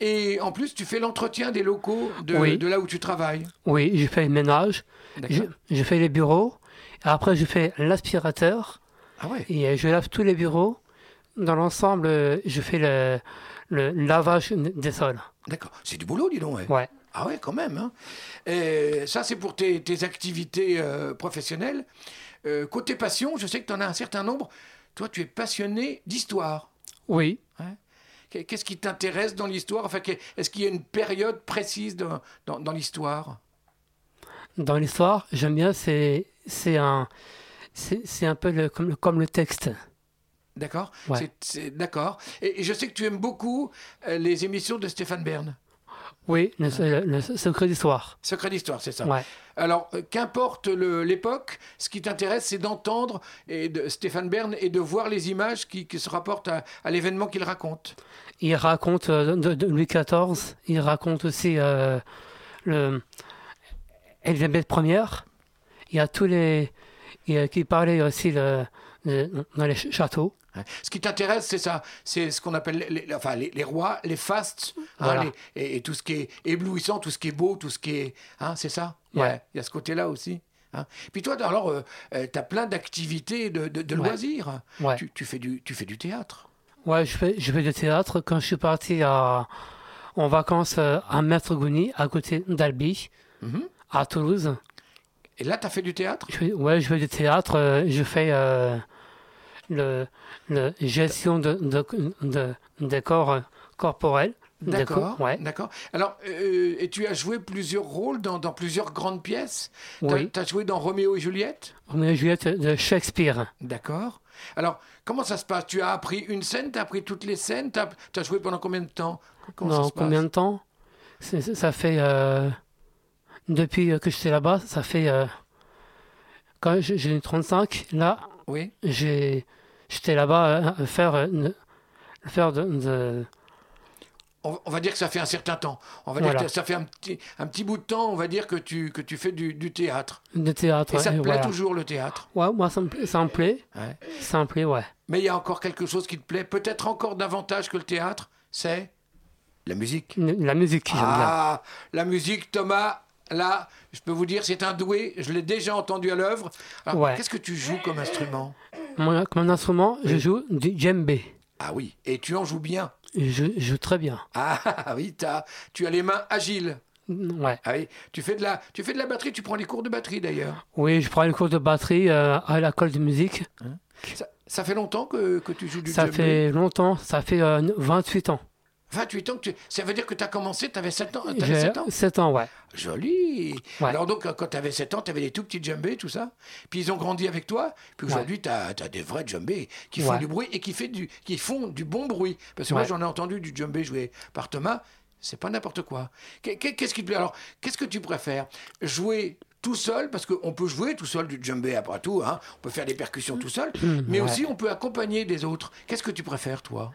Speaker 5: Et en plus, tu fais l'entretien des locaux de,
Speaker 2: Oui.
Speaker 5: de là où tu travailles.
Speaker 2: Oui, j'ai fait le ménage.
Speaker 5: D'accord.
Speaker 2: J'ai j'ai fait les bureaux. Après, j'ai fait l'aspirateur.
Speaker 5: Ah ouais.
Speaker 2: Et euh, je lave tous les bureaux. Dans l'ensemble, euh, je fais le, le lavage n- des sols.
Speaker 5: D'accord. C'est du boulot, dis donc. ouais.
Speaker 2: Ouais.
Speaker 5: Ah ouais, quand même. hein. Et ça, c'est pour tes, tes activités euh, professionnelles. Euh, côté passion, je sais que tu en as un certain nombre. Toi, tu es passionné d'histoire.
Speaker 2: Oui.
Speaker 5: Qu'est- Qu'est-ce qui t'intéresse dans l'histoire enfin, qu'est- Est-ce qu'il y a une période précise dans, dans- dans l'histoire
Speaker 2: Dans l'histoire, j'aime bien, c'est c'est un, c'est c'est un peu le- comme, le, comme le texte.
Speaker 5: D'accord
Speaker 2: Ouais.
Speaker 5: C'est- c'est- D'accord. Et, et je sais que tu aimes beaucoup euh, les émissions de Stéphane Bern.
Speaker 2: Oui, le, le- le secret d'histoire.
Speaker 5: Secret d'histoire, c'est ça
Speaker 2: Ouais.
Speaker 5: Alors, euh, qu'importe le- l'époque, ce qui t'intéresse, c'est d'entendre et de- Stéphane Bern et de voir les images qui, qui se rapportent à, à l'événement qu'il raconte.
Speaker 2: Il raconte euh, de, de Louis XIV, il raconte aussi euh, le Elisabeth Ier. Il y a tous les. Il y a- qui parlait aussi le, le- dans les ch- châteaux.
Speaker 5: Hein. Ce qui t'intéresse, c'est ça, c'est ce qu'on appelle les, les- enfin, les, les rois, les fastes, hein,
Speaker 2: Voilà.
Speaker 5: les- et, et tout ce qui est éblouissant, tout ce qui est beau, tout ce qui est... Hein, c'est ça
Speaker 2: Ouais.
Speaker 5: Il y a ce côté-là aussi. hein. Puis toi, alors, tu as plein d'activités de, de- de
Speaker 2: Ouais.
Speaker 5: loisirs.
Speaker 2: Ouais.
Speaker 5: Tu, tu fais du, tu fais du théâtre.
Speaker 2: Ouais, je fais, je fais du théâtre. Quand je suis parti à- en vacances euh, à Maestregouni, à côté d'Albi, à Toulouse,
Speaker 5: Mhm. Et là, tu as fait du théâtre
Speaker 2: je fais, ouais, je fais du théâtre. euh, je fais euh, le, le gestion de, de, de, des corps euh, corporels. des
Speaker 5: D'accord.
Speaker 2: co- ouais.
Speaker 5: D'accord. Alors, euh, et tu as joué plusieurs rôles dans, dans plusieurs grandes pièces.
Speaker 2: Oui.
Speaker 5: Tu as joué dans Roméo et Juliette.
Speaker 2: Roméo et Juliette de Shakespeare.
Speaker 5: D'accord. Alors, comment ça se passe Tu as appris une scène, tu as appris toutes les scènes, tu as, joué pendant combien de temps Comment
Speaker 2: Dans
Speaker 5: ça se
Speaker 2: combien
Speaker 5: passe
Speaker 2: de temps C'est- c'est- Ça fait. euh, depuis euh, que j'étais là-bas, ça fait. euh, quand j'ai j'ai eu 35, là,
Speaker 5: Oui.
Speaker 2: j'ai j'étais là-bas euh, à faire euh, une- faire de, de-
Speaker 5: On, on va dire que ça fait un certain temps. On va dire
Speaker 2: Voilà.
Speaker 5: que ça fait un petit, un petit bout de temps, on va dire, que tu, que tu fais du, du théâtre.
Speaker 2: de théâtre
Speaker 5: Et ça te
Speaker 2: et
Speaker 5: plaît
Speaker 2: voilà.
Speaker 5: toujours, le théâtre.
Speaker 2: ouais moi ça me plaît ça me plaît
Speaker 5: Ouais.
Speaker 2: ça me plaît ouais
Speaker 5: Mais il y a encore quelque chose qui te plaît, peut-être encore davantage que le théâtre, c'est la musique.
Speaker 2: la musique j'aime bien
Speaker 5: Ah, la musique, Thomas, là, je peux vous dire, c'est un doué. Je l'ai déjà entendu à l'œuvre. Alors,
Speaker 2: Ouais.
Speaker 5: Qu'est-ce que tu joues comme instrument
Speaker 2: mon, mon instrument je joue du djembé
Speaker 5: Ah oui, et tu en joues bien. [laughs]
Speaker 2: je je joue très bien
Speaker 5: Ah oui, t'as- tu as les mains agiles.
Speaker 2: ouais
Speaker 5: Ah oui, tu fais de la, tu fais de la batterie, tu prends les cours de batterie d'ailleurs.
Speaker 2: oui je prends une cours de batterie euh, à l'école de musique
Speaker 5: Hein Ça, ça fait longtemps que, que tu joues du
Speaker 2: ça
Speaker 5: djembé
Speaker 2: fait longtemps ça fait euh, 28 ans
Speaker 5: 28 ans que tu... Ça veut dire que tu as commencé, tu avais 7 ans. t'avais
Speaker 2: j'ai
Speaker 5: 7 ans
Speaker 2: 7 ans ouais
Speaker 5: Joli
Speaker 2: Ouais.
Speaker 5: Alors donc, euh, quand tu avais 7 ans, tu avais des tout petits djembés, tout ça. Puis ils ont grandi avec toi. Puis
Speaker 2: Ouais.
Speaker 5: aujourd'hui, tu as, des vrais djembés qui font
Speaker 2: Ouais.
Speaker 5: du bruit et qui, fait du, qui font du bon bruit. Parce que moi,
Speaker 2: Ouais.
Speaker 5: j'en ai entendu du djembé joué par Thomas. C'est pas n'importe quoi. Qu'est- qu'est- Qu'est-ce qui te plaît Alors, qu'est-ce que tu préfères Jouer tout seul, parce qu'on peut jouer tout seul du djembé après tout, hein. on peut faire des percussions tout seul, mais
Speaker 2: Mmh. ouais.
Speaker 5: aussi on peut accompagner des autres. Qu'est-ce que tu préfères, toi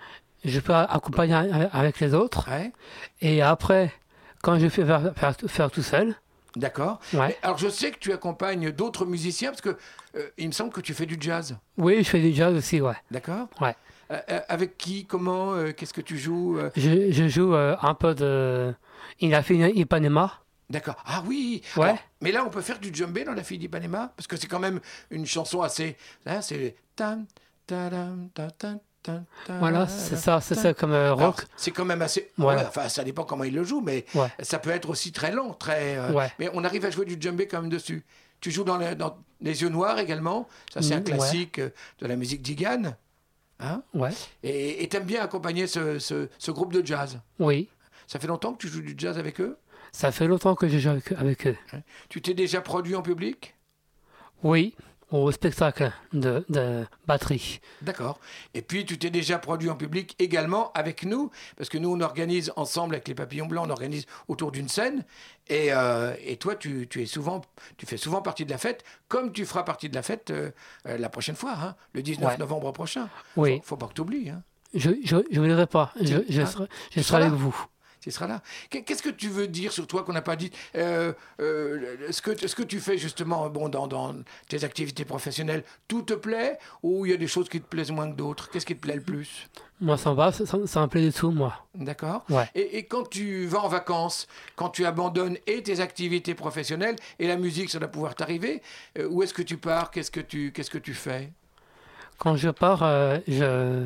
Speaker 2: je peux accompagner avec les autres
Speaker 5: Ouais,
Speaker 2: et après quand je fais faire, faire, faire tout seul
Speaker 5: D'accord.
Speaker 2: Ouais.
Speaker 5: Mais Alors, je sais que tu accompagnes d'autres musiciens, parce que euh, il me semble que tu fais du jazz.
Speaker 2: oui je fais du jazz aussi ouais
Speaker 5: D'accord
Speaker 2: Ouais.
Speaker 5: Euh, euh, avec qui Comment euh, Qu'est-ce que tu joues euh,
Speaker 2: Je, je joue euh, un peu de, il a fait une Ipanema.
Speaker 5: D'accord. Ah oui
Speaker 2: Ouais.
Speaker 5: Alors, Mais là, on peut faire du djembé dans La fille d'Ipanema Parce que c'est quand même une chanson assez. Là, c'est. Tam, tadam, ta, tam, tam, tam,
Speaker 8: Ah,
Speaker 2: Voilà,
Speaker 8: bah,
Speaker 2: c'est ça, c'est
Speaker 5: tam.
Speaker 2: ça comme euh,
Speaker 5: Alors,
Speaker 2: rock.
Speaker 5: C'est quand même assez.
Speaker 2: Voilà.
Speaker 5: ouais, enfin, ça dépend comment il le joue, mais
Speaker 2: Ouais.
Speaker 5: ça peut être aussi très lent, très. euh,
Speaker 2: Ouais.
Speaker 5: Mais on arrive à jouer du djembé quand même dessus. Tu joues dans, le- dans Les Yeux Noirs également. Ça, c'est
Speaker 2: Mm,
Speaker 5: un
Speaker 2: ouais.
Speaker 5: classique euh, de la musique d'Igan. Hein
Speaker 2: Ouais.
Speaker 5: et et t'aimes bien accompagner ce, ce- ce groupe de jazz.
Speaker 2: Oui.
Speaker 5: Ça fait longtemps que tu joues du jazz avec eux
Speaker 2: Ça fait longtemps que je joue avec, avec eux.
Speaker 5: Tu t'es déjà produit en public
Speaker 2: Oui, au spectacle de, de batterie.
Speaker 5: D'accord. Et puis, tu t'es déjà produit en public également avec nous, parce que nous, on organise ensemble avec les Papillons Blancs, on organise autour d'une scène. Et, euh, et toi, tu, tu es souvent, tu fais souvent partie de la fête, comme tu feras partie de la fête euh, euh, la prochaine fois, hein, le 19
Speaker 2: Ouais.
Speaker 5: novembre prochain.
Speaker 2: Oui.
Speaker 5: Faut, faut pas que tu oublies. Hein.
Speaker 2: Je je, je vous dirai pas. Je, je
Speaker 5: Ah,
Speaker 2: serai, je
Speaker 5: tu
Speaker 2: serai
Speaker 5: seras là
Speaker 2: avec vous.
Speaker 5: Tu seras là. Qu'est- Qu'est-ce que tu veux dire sur toi qu'on n'a pas dit Euh, euh, ce, que, ce que tu fais justement bon, dans, dans tes activités professionnelles, tout te plaît ou il y a des choses qui te plaisent moins que d'autres Qu'est-ce qui te plaît le plus
Speaker 2: Moi, ça me va, ça, ça- ça me plaît du tout, moi.
Speaker 5: D'accord
Speaker 2: Ouais.
Speaker 5: et, et quand tu vas en vacances, quand tu abandonnes et tes activités professionnelles et la musique, ça va pouvoir t'arriver, euh, où est-ce que tu pars Qu'est-ce que tu, qu'est-ce que tu fais
Speaker 2: Quand je pars, euh, je,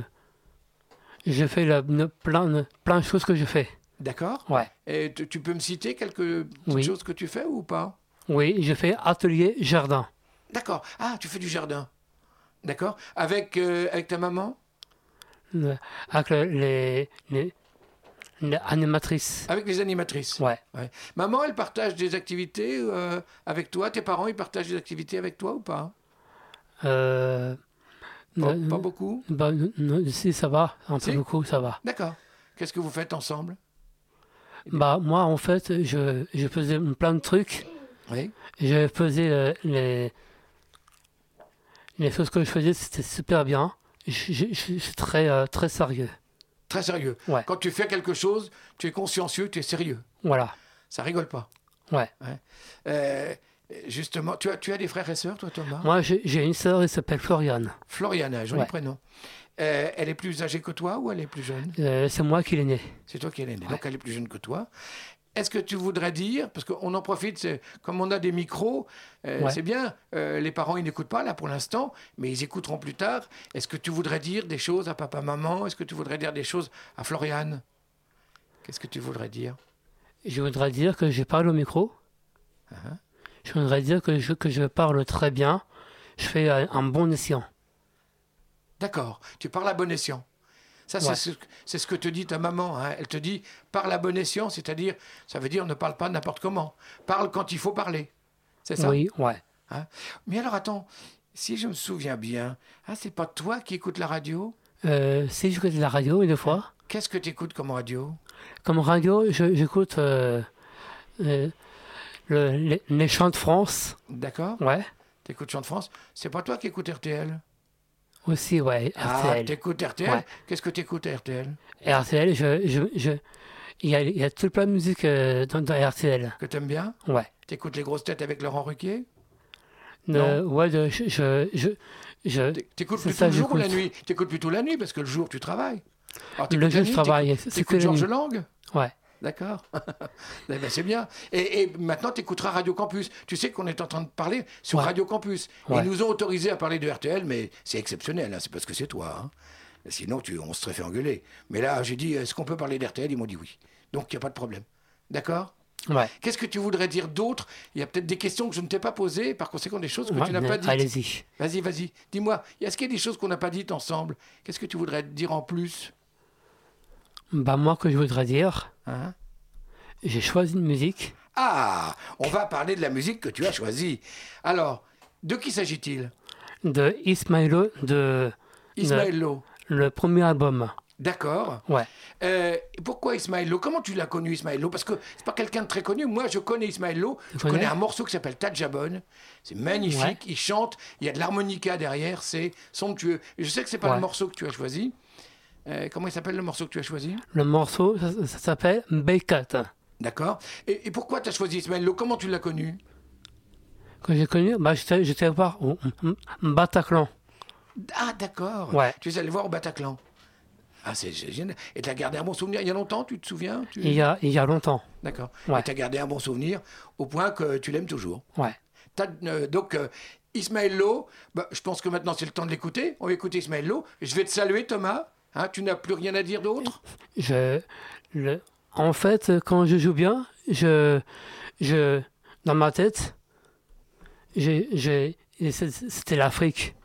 Speaker 2: je fais la- ne- plein, de- plein de choses que je fais.
Speaker 5: D'accord
Speaker 2: Ouais.
Speaker 5: Et tu- tu peux me citer quelques petites
Speaker 2: Oui.
Speaker 5: choses que tu fais ou pas
Speaker 2: Oui, je fais atelier jardin.
Speaker 5: D'accord. Ah, tu fais du jardin. D'accord. Avec, euh, avec ta maman
Speaker 2: euh, Avec le- les, les, les animatrices.
Speaker 5: Avec les animatrices
Speaker 2: Ouais.
Speaker 5: Ouais. Maman, elle partage des activités euh, avec toi Tes parents, ils partagent des activités avec toi ou pas
Speaker 2: Euh,
Speaker 5: pas,
Speaker 2: ne-
Speaker 5: pas beaucoup
Speaker 2: bah, ne- ne- si, ça va. Un peu
Speaker 5: Si.
Speaker 2: beaucoup, ça va.
Speaker 5: D'accord. Qu'est-ce que vous faites ensemble
Speaker 2: Bah, moi, en fait, je, je faisais plein de trucs.
Speaker 5: Oui.
Speaker 2: Je faisais euh, les, les choses que je faisais, c'était super bien. Je, je- je- je suis très, euh, très sérieux.
Speaker 5: Très sérieux.
Speaker 2: Ouais.
Speaker 5: Quand tu fais quelque chose, tu es consciencieux, tu es sérieux.
Speaker 2: Voilà.
Speaker 5: Ça rigole pas.
Speaker 2: Ouais.
Speaker 5: Euh, justement, tu as, tu as des frères et sœurs, toi, Thomas
Speaker 2: Moi, j'ai j'ai une sœur, elle s'appelle Floriane.
Speaker 5: Floriana, joli
Speaker 2: Ouais.
Speaker 5: prénom. Euh, elle est plus âgée que toi ou elle est plus jeune
Speaker 2: Euh, C'est moi qui l'ai née.
Speaker 5: C'est toi qui es l'aîné, donc elle est plus jeune que toi. Est-ce que tu voudrais dire, parce qu'on en profite, c'est- comme on a des micros, euh,
Speaker 2: Ouais.
Speaker 5: c'est bien, euh, les parents ils n'écoutent pas là pour l'instant, mais ils écouteront plus tard. Est-ce que tu voudrais dire des choses à papa, maman Est-ce que tu voudrais dire des choses à Floriane Qu'est-ce que tu voudrais dire
Speaker 2: Je voudrais dire que je parle au micro.
Speaker 5: Uh-huh.
Speaker 2: Je voudrais dire que je, que je parle très bien. Je fais euh, un bon escient.
Speaker 5: D'accord, tu parles à bon escient. Ça, c'est
Speaker 2: Ouais.
Speaker 5: ce, c'est ce que te dit ta maman. hein. Elle te dit parle à bon escient, c'est-à-dire, ça veut dire ne parle pas n'importe comment. Parle quand il faut parler. C'est ça
Speaker 2: Oui, ouais.
Speaker 5: Hein Mais alors attends, si je me souviens bien, ah, c'est pas toi qui écoutes la radio
Speaker 2: Euh, si j'écoute la radio, une fois,
Speaker 5: Qu'est-ce que tu écoutes comme radio
Speaker 2: comme radio, je- j'écoute euh, euh, le- les, les chants de France.
Speaker 5: D'accord
Speaker 2: Ouais.
Speaker 5: T'écoutes Chant de France C'est pas toi qui écoutes RTL
Speaker 2: Aussi, ouais.
Speaker 5: Ah,
Speaker 2: RTL.
Speaker 5: t'écoutes RTL
Speaker 2: Ouais.
Speaker 5: Qu'est-ce que t'écoutes à RTL
Speaker 2: Et RTL, je, je, je... Il, y a, il y a tout plein de musique euh, dans, dans RTL.
Speaker 5: Que t'aimes bien
Speaker 2: Ouais.
Speaker 5: T'écoutes Les Grosses Têtes avec Laurent Ruquier
Speaker 2: De- ouais, de, je, je, je, je-
Speaker 5: T'é- T'écoutes
Speaker 2: C'est
Speaker 5: plutôt
Speaker 2: ça,
Speaker 5: le jour ou la
Speaker 2: j'écoute.
Speaker 5: nuit T'écoutes plutôt la nuit parce que le jour tu travailles. Alors,
Speaker 2: le
Speaker 5: t'écoutes la
Speaker 2: jeu,
Speaker 5: nuit,
Speaker 2: je travaille.
Speaker 5: t'écoutes-
Speaker 2: C'est c'est que
Speaker 5: T'écoutes
Speaker 2: la nuit.
Speaker 5: Georges Lang
Speaker 2: Ouais.
Speaker 5: D'accord. [laughs] Eh ben, c'est bien. Et, et maintenant, tu écouteras Radio Campus. Tu sais qu'on est en train de parler sur
Speaker 2: Ouais.
Speaker 5: Radio Campus.
Speaker 2: Ouais.
Speaker 5: Ils nous ont autorisé à parler de RTL, mais c'est exceptionnel. hein, C'est parce que c'est toi. hein. Sinon, tu, on se serait fait engueuler. Mais là, j'ai dit, est-ce qu'on peut parler d'RTL Ils m'ont dit oui. Donc, il n'y a pas de problème. D'accord
Speaker 2: Ouais.
Speaker 5: Qu'est-ce que tu voudrais dire d'autre Il y a peut-être des questions que je ne t'ai pas posées, par conséquent, des choses que
Speaker 2: Ouais,
Speaker 5: tu n'as
Speaker 2: mais
Speaker 5: pas dites.
Speaker 2: Allez-y.
Speaker 5: Vas-y, vas-y. Dis-moi, est-ce qu'il y a des choses qu'on n'a pas dites ensemble Qu'est-ce que tu voudrais dire en plus
Speaker 2: Bah, moi, que je voudrais dire,
Speaker 5: Hein
Speaker 2: j'ai choisi une musique.
Speaker 5: Ah, on va parler de la musique que tu as choisie. Alors, de qui s'agit-il
Speaker 2: de Ismailo de
Speaker 5: Ismaël Lo.
Speaker 2: le premier album.
Speaker 5: D'accord.
Speaker 2: Ouais.
Speaker 5: Euh, pourquoi Ismaël Lo Comment tu l'as connu, Ismaël Lo Parce que c'est pas quelqu'un de très connu. Moi, je connais Ismaël Lo. Je
Speaker 2: connais
Speaker 5: connais un morceau qui s'appelle Tadjabonne. C'est magnifique.
Speaker 2: Ouais.
Speaker 5: Il chante. Il y a de l'harmonica derrière. C'est somptueux. Et Je sais que c'est pas
Speaker 2: Ouais.
Speaker 5: le morceau que tu as choisi. Euh, comment il s'appelle le morceau que tu as choisi
Speaker 2: Le morceau, ça, ça s'appelle Baycat.
Speaker 5: D'accord. Et, et pourquoi tu as choisi Ismaël Lo Comment tu l'as connu
Speaker 2: Que j'ai connu, bah, j'étais j'étais voir au au- au Bataclan.
Speaker 5: Ah, d'accord.
Speaker 2: Ouais.
Speaker 5: Tu es allé voir au Bataclan. Ah, c'est génial. Et tu as gardé un bon souvenir il y a longtemps, tu te souviens tu...
Speaker 2: Il y a, il y a longtemps.
Speaker 5: D'accord.
Speaker 2: Ouais.
Speaker 5: Et tu as gardé un bon souvenir au point que tu l'aimes toujours.
Speaker 2: Ouais.
Speaker 5: T'as- euh, donc, euh, Ismaël Lowe, bah, je pense que maintenant c'est le temps de l'écouter. On va écouter Ismaël Lowe. Je vais te saluer, Thomas. Hein, tu n'as plus rien à dire d'autre
Speaker 2: Je, le- en fait, quand je joue bien, je, je, dans ma tête, j'ai, j'ai, et c'est- c'était l'Afrique.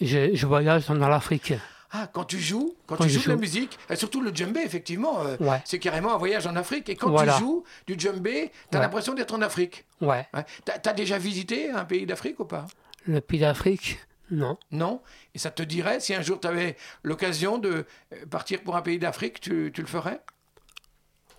Speaker 2: Je, je voyage dans l'Afrique.
Speaker 5: Ah, quand tu joues, quand,
Speaker 2: Quand
Speaker 5: tu
Speaker 2: je
Speaker 5: joues de la
Speaker 2: joue.
Speaker 5: musique, et surtout le djembé, effectivement, euh,
Speaker 2: Ouais.
Speaker 5: c'est carrément un voyage en Afrique. Et quand
Speaker 2: Voilà.
Speaker 5: tu joues du djembé, tu as
Speaker 2: Ouais.
Speaker 5: l'impression d'être en Afrique.
Speaker 2: Ouais.
Speaker 5: Ouais. T'as t'as déjà visité un pays d'Afrique ou pas
Speaker 2: Le pays d'Afrique, non.
Speaker 5: Non Et ça te dirait, si un jour tu avais l'occasion de euh, partir pour un pays d'Afrique, tu, tu le ferais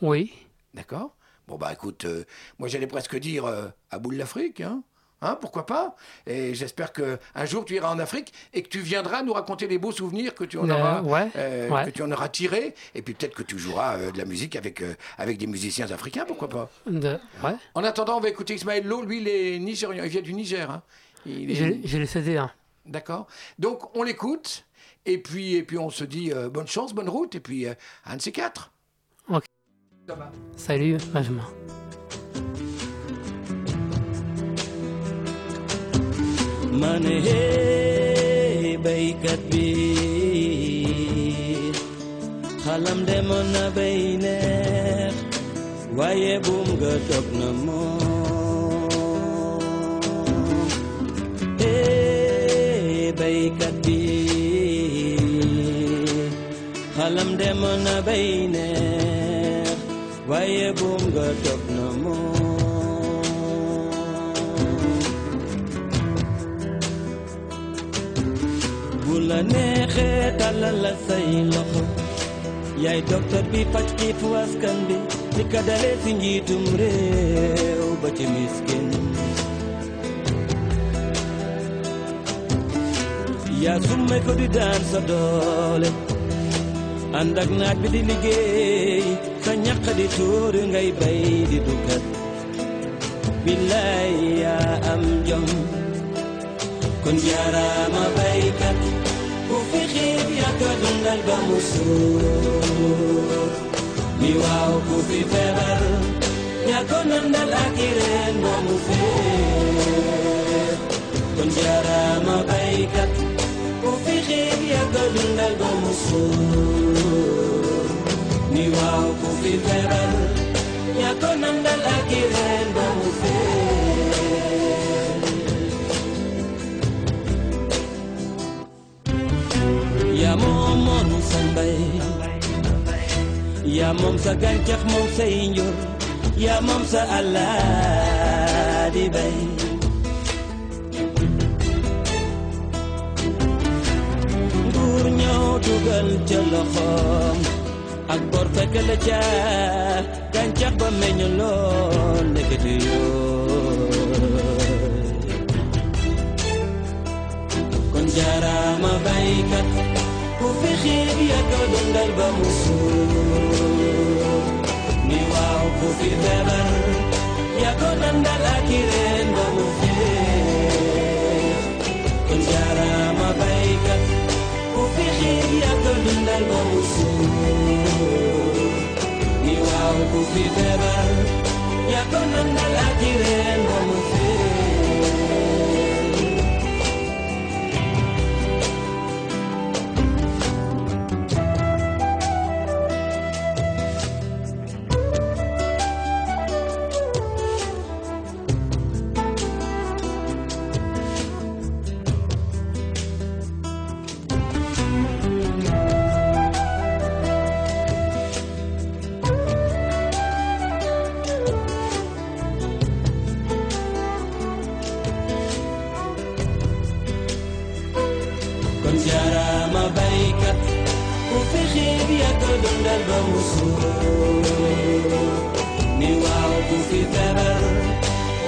Speaker 2: Oui.
Speaker 5: D'accord Bon, bah écoute, euh, moi j'allais presque dire euh, à bout de l'Afrique, hein Hein, pourquoi pas Et j'espère que un jour tu iras en Afrique et que tu viendras nous raconter les beaux souvenirs que tu en
Speaker 2: Euh,
Speaker 5: auras,
Speaker 2: ouais,
Speaker 5: euh,
Speaker 2: ouais.
Speaker 5: que tu en auras tiré, et puis peut-être que tu joueras euh, de la musique avec euh, avec des musiciens africains, pourquoi pas
Speaker 2: De, ouais.
Speaker 5: En attendant, on va écouter Ismaël Lo. Lui, il est nigérian, il vient du Niger. hein. Il est-
Speaker 2: J'ai, j'ai le CD, hein.
Speaker 5: D'accord. Donc on l'écoute et puis et puis on se dit euh, bonne chance, bonne route et puis euh, un de ces quatre.
Speaker 2: Ok.
Speaker 5: Thomas.
Speaker 2: Salut, Benjamin.
Speaker 11: من هي بيكت بي خلم دمنا بينك ويا بوم قطب نمو هي بيكت بي خلم دمنا بينك ويا بوم قطب نمو bu la neexee tàllal la say loxo yaay docteur bi faj xiifu askan bi li ko dalee si njiitum réew ba ci miskin yaa Ya summe ko di daan sa doole ànd ak naaj bi di liggéey sa ñaq di tuur ngay bay di duggat billaay yaa am jom kon jaaraama baykat ku fi xiif yàkka dundal ba mu suur ni waaw ku fi feebar ñaa ko nandal ak i reen ba mu féer kon jaaraama baykat ku fi xiif yàkka dundal ba mu suur ni waaw ku fi feebar ñaa ko nandal ak i reen ba mu féer yaa moom moom sa mbay yaa moom sa gàncax moom say njur yaa moom sa allah di bay nguur ñëw dugal ca loxoom ak bor fekk la ca gàncax ba meññ lool nekkati yoon kon jaaraama baykat ku fi xiif ya ko dundal ba mu suur ni waaw ku fi feebar ya ko nandal ak i reen ba mu feex kon jaaraama baykat ku fi xiif ya ko dundal ba mu suur ni waaw ku fi feebar ya ko nandal ak i reen ba mu feex kon jaaraama baykat ku fi xiif ya ko dundal ba mu suur ni waaw ku fi feebar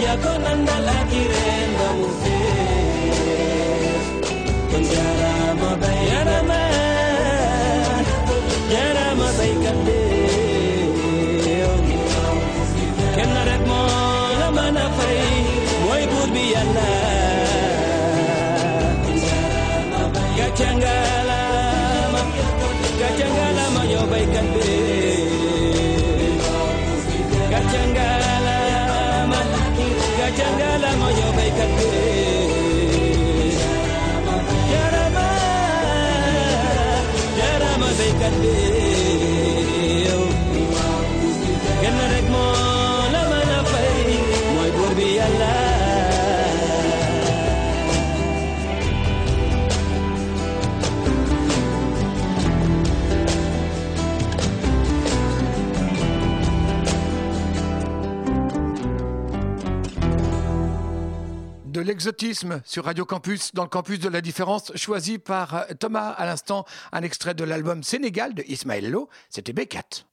Speaker 11: ya ko nandal ak i reen ba mu feex kon jaaraama bay jaaraama jaaraama baykat de yow ni waaw ku fi feebar kenn rek moo la mën a fay mooy buur bi yàlla Gachangalama, gachangalama. jangalama yo baikate Jarama Jarama baikate Ganarek mo lama na pay Moy burbi Allah
Speaker 5: De l'exotisme sur Radio Campus, dans le campus de la différence, choisi par euh, Thomas à l'instant, un extrait de l'album Sénégal de Ismaël Lo, c'était Bekat.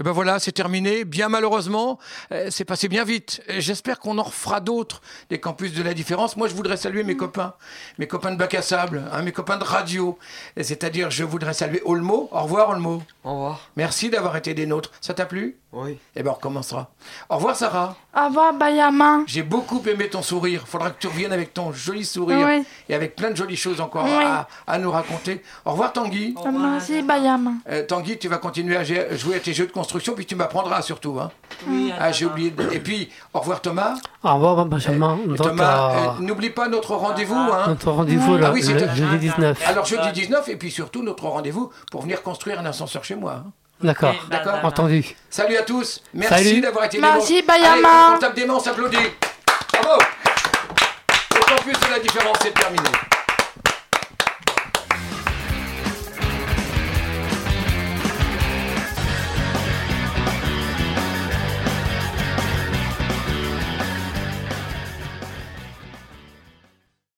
Speaker 5: Et ben voilà, c'est terminé. Bien malheureusement, euh, c'est passé bien vite. Et J'espère qu'on en refera d'autres des campus de la différence. Moi, je voudrais saluer mes copains, mes copains de bac à sable, hein, mes copains de radio. Et C'est-à-dire, je voudrais saluer Olmo. Au revoir, Olmo.
Speaker 7: Au revoir.
Speaker 5: Merci d'avoir été des nôtres. Ça t'a plu
Speaker 7: Oui.
Speaker 5: Eh ben, on recommencera. Au revoir, Sarah.
Speaker 6: Au revoir, Benjamin.
Speaker 5: J'ai beaucoup aimé ton sourire. Faudra que tu reviennes avec ton joli sourire
Speaker 6: Oui.
Speaker 5: et avec plein de jolies choses encore
Speaker 6: Oui.
Speaker 5: à, à nous raconter. Au revoir Tanguy.
Speaker 6: Merci, Benjamin.
Speaker 5: Euh, Tanguy, tu vas continuer à gé- jouer à tes jeux de construction, puis tu m'apprendras surtout. hein.
Speaker 6: Oui,
Speaker 5: ah, j'ai oublié. de- Et puis, au revoir Thomas.
Speaker 2: Au revoir, Benjamin. Donc,
Speaker 5: Eh, Thomas,
Speaker 2: euh,
Speaker 5: euh, n'oublie pas notre rendez-vous. hein.
Speaker 2: Notre rendez-vous,
Speaker 5: Ah
Speaker 2: le-
Speaker 5: oui, c'est-
Speaker 2: le jeudi 19.
Speaker 5: Alors, jeudi 19, et puis surtout notre rendez-vous pour venir construire un ascenseur chez moi. hein.
Speaker 2: D'accord.
Speaker 5: D'accord.
Speaker 2: Entendu.
Speaker 5: Salut à tous. Merci
Speaker 2: Salut.
Speaker 5: d'avoir été
Speaker 6: Merci,
Speaker 5: des nôtres.
Speaker 6: Bayama.
Speaker 5: Allez, on tape des mains, on s'applaudit. Bravo. Au campus de la différence, c'est terminé.